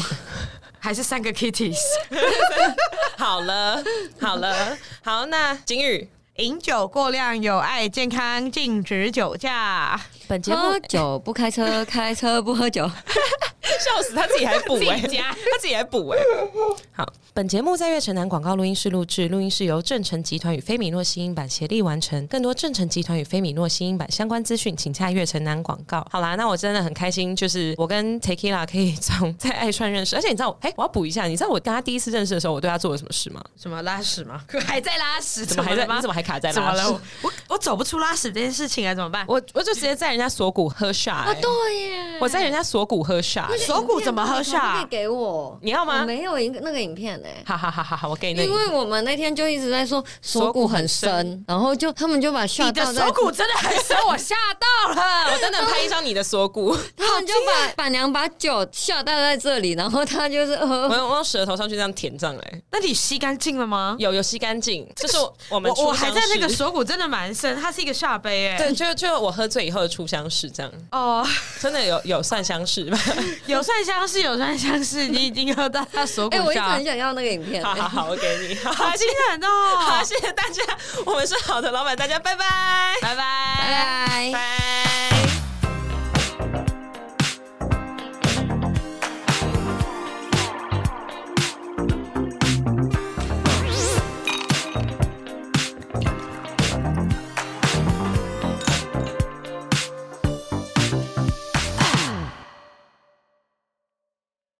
[SPEAKER 2] 还是三个 kitties，
[SPEAKER 1] 好了，好了，好，那景宇，
[SPEAKER 2] 饮酒过量有害健康，禁止酒驾。
[SPEAKER 1] 本节目
[SPEAKER 3] 喝酒不开车，开车不喝酒。
[SPEAKER 2] 啊
[SPEAKER 1] 笑死他自己还补哎、
[SPEAKER 2] 自己加
[SPEAKER 1] 他自己还补哎、好，本节目在月城南广告录音室录制，录音室由正成集团与菲米诺新音版协力完成。更多正成集团与菲米诺新音版相关资讯，请洽月城南广告。好啦，那我真的很开心，就是我跟 Tequila 可以从在爱串认识，而且你知道，哎、我要补一下，你知道我跟他第一次认识的时候，我对他做了什么事吗？
[SPEAKER 2] 什么拉屎吗？ 还在拉屎？
[SPEAKER 1] 怎么还在？
[SPEAKER 2] 了吗
[SPEAKER 1] 你怎么还卡在
[SPEAKER 2] 怎么
[SPEAKER 1] 拉
[SPEAKER 2] 了？
[SPEAKER 1] 屎
[SPEAKER 2] 我？我我走不出拉屎这件事情啊，怎么办？
[SPEAKER 1] 我我就直接在人家锁骨喝下、欸，
[SPEAKER 3] 对耶
[SPEAKER 1] 我在人家锁骨喝下、欸，
[SPEAKER 2] 锁骨怎么喝下
[SPEAKER 3] 可以给我，
[SPEAKER 1] 你要吗
[SPEAKER 3] 我没有影那个影片哎、
[SPEAKER 1] 好好好好好，我给你那
[SPEAKER 3] 因
[SPEAKER 1] 个。
[SPEAKER 3] 为我们那天就一直在说锁骨很深，然后就他们就把
[SPEAKER 2] 你
[SPEAKER 3] 吓
[SPEAKER 2] 的锁
[SPEAKER 3] 到在，
[SPEAKER 2] 骨真的很深，我吓到了。
[SPEAKER 1] 我等 等拍一张你的锁骨。
[SPEAKER 3] 他们就
[SPEAKER 1] 啊
[SPEAKER 3] 把板娘把酒吓到在这里，然后他就是
[SPEAKER 1] 我
[SPEAKER 3] 呃，
[SPEAKER 1] 用我用舌头上去这样舔上来，
[SPEAKER 2] 那你吸干净了吗？
[SPEAKER 1] 有有吸干净，这是我我们
[SPEAKER 2] 我我还在那个
[SPEAKER 1] 说，
[SPEAKER 2] 锁骨真的蛮深，它是一个下杯哎。
[SPEAKER 1] 对，就就我喝醉以后的初相识这样，
[SPEAKER 2] 哦，
[SPEAKER 1] 真的有有算相识吧？
[SPEAKER 2] 有蒜香是有蒜香是，你已经喝到它锁
[SPEAKER 3] 哎、我
[SPEAKER 2] 骨
[SPEAKER 3] 一直
[SPEAKER 2] 下
[SPEAKER 3] 很，想要那个影 片、
[SPEAKER 1] 好好好，我给 你，好，
[SPEAKER 2] 好
[SPEAKER 1] 谢
[SPEAKER 2] 惊
[SPEAKER 1] 谢
[SPEAKER 2] 人哦
[SPEAKER 1] 好，！谢谢大家，我们是好的老板，大家拜拜，拜拜，
[SPEAKER 3] 拜拜
[SPEAKER 1] 拜。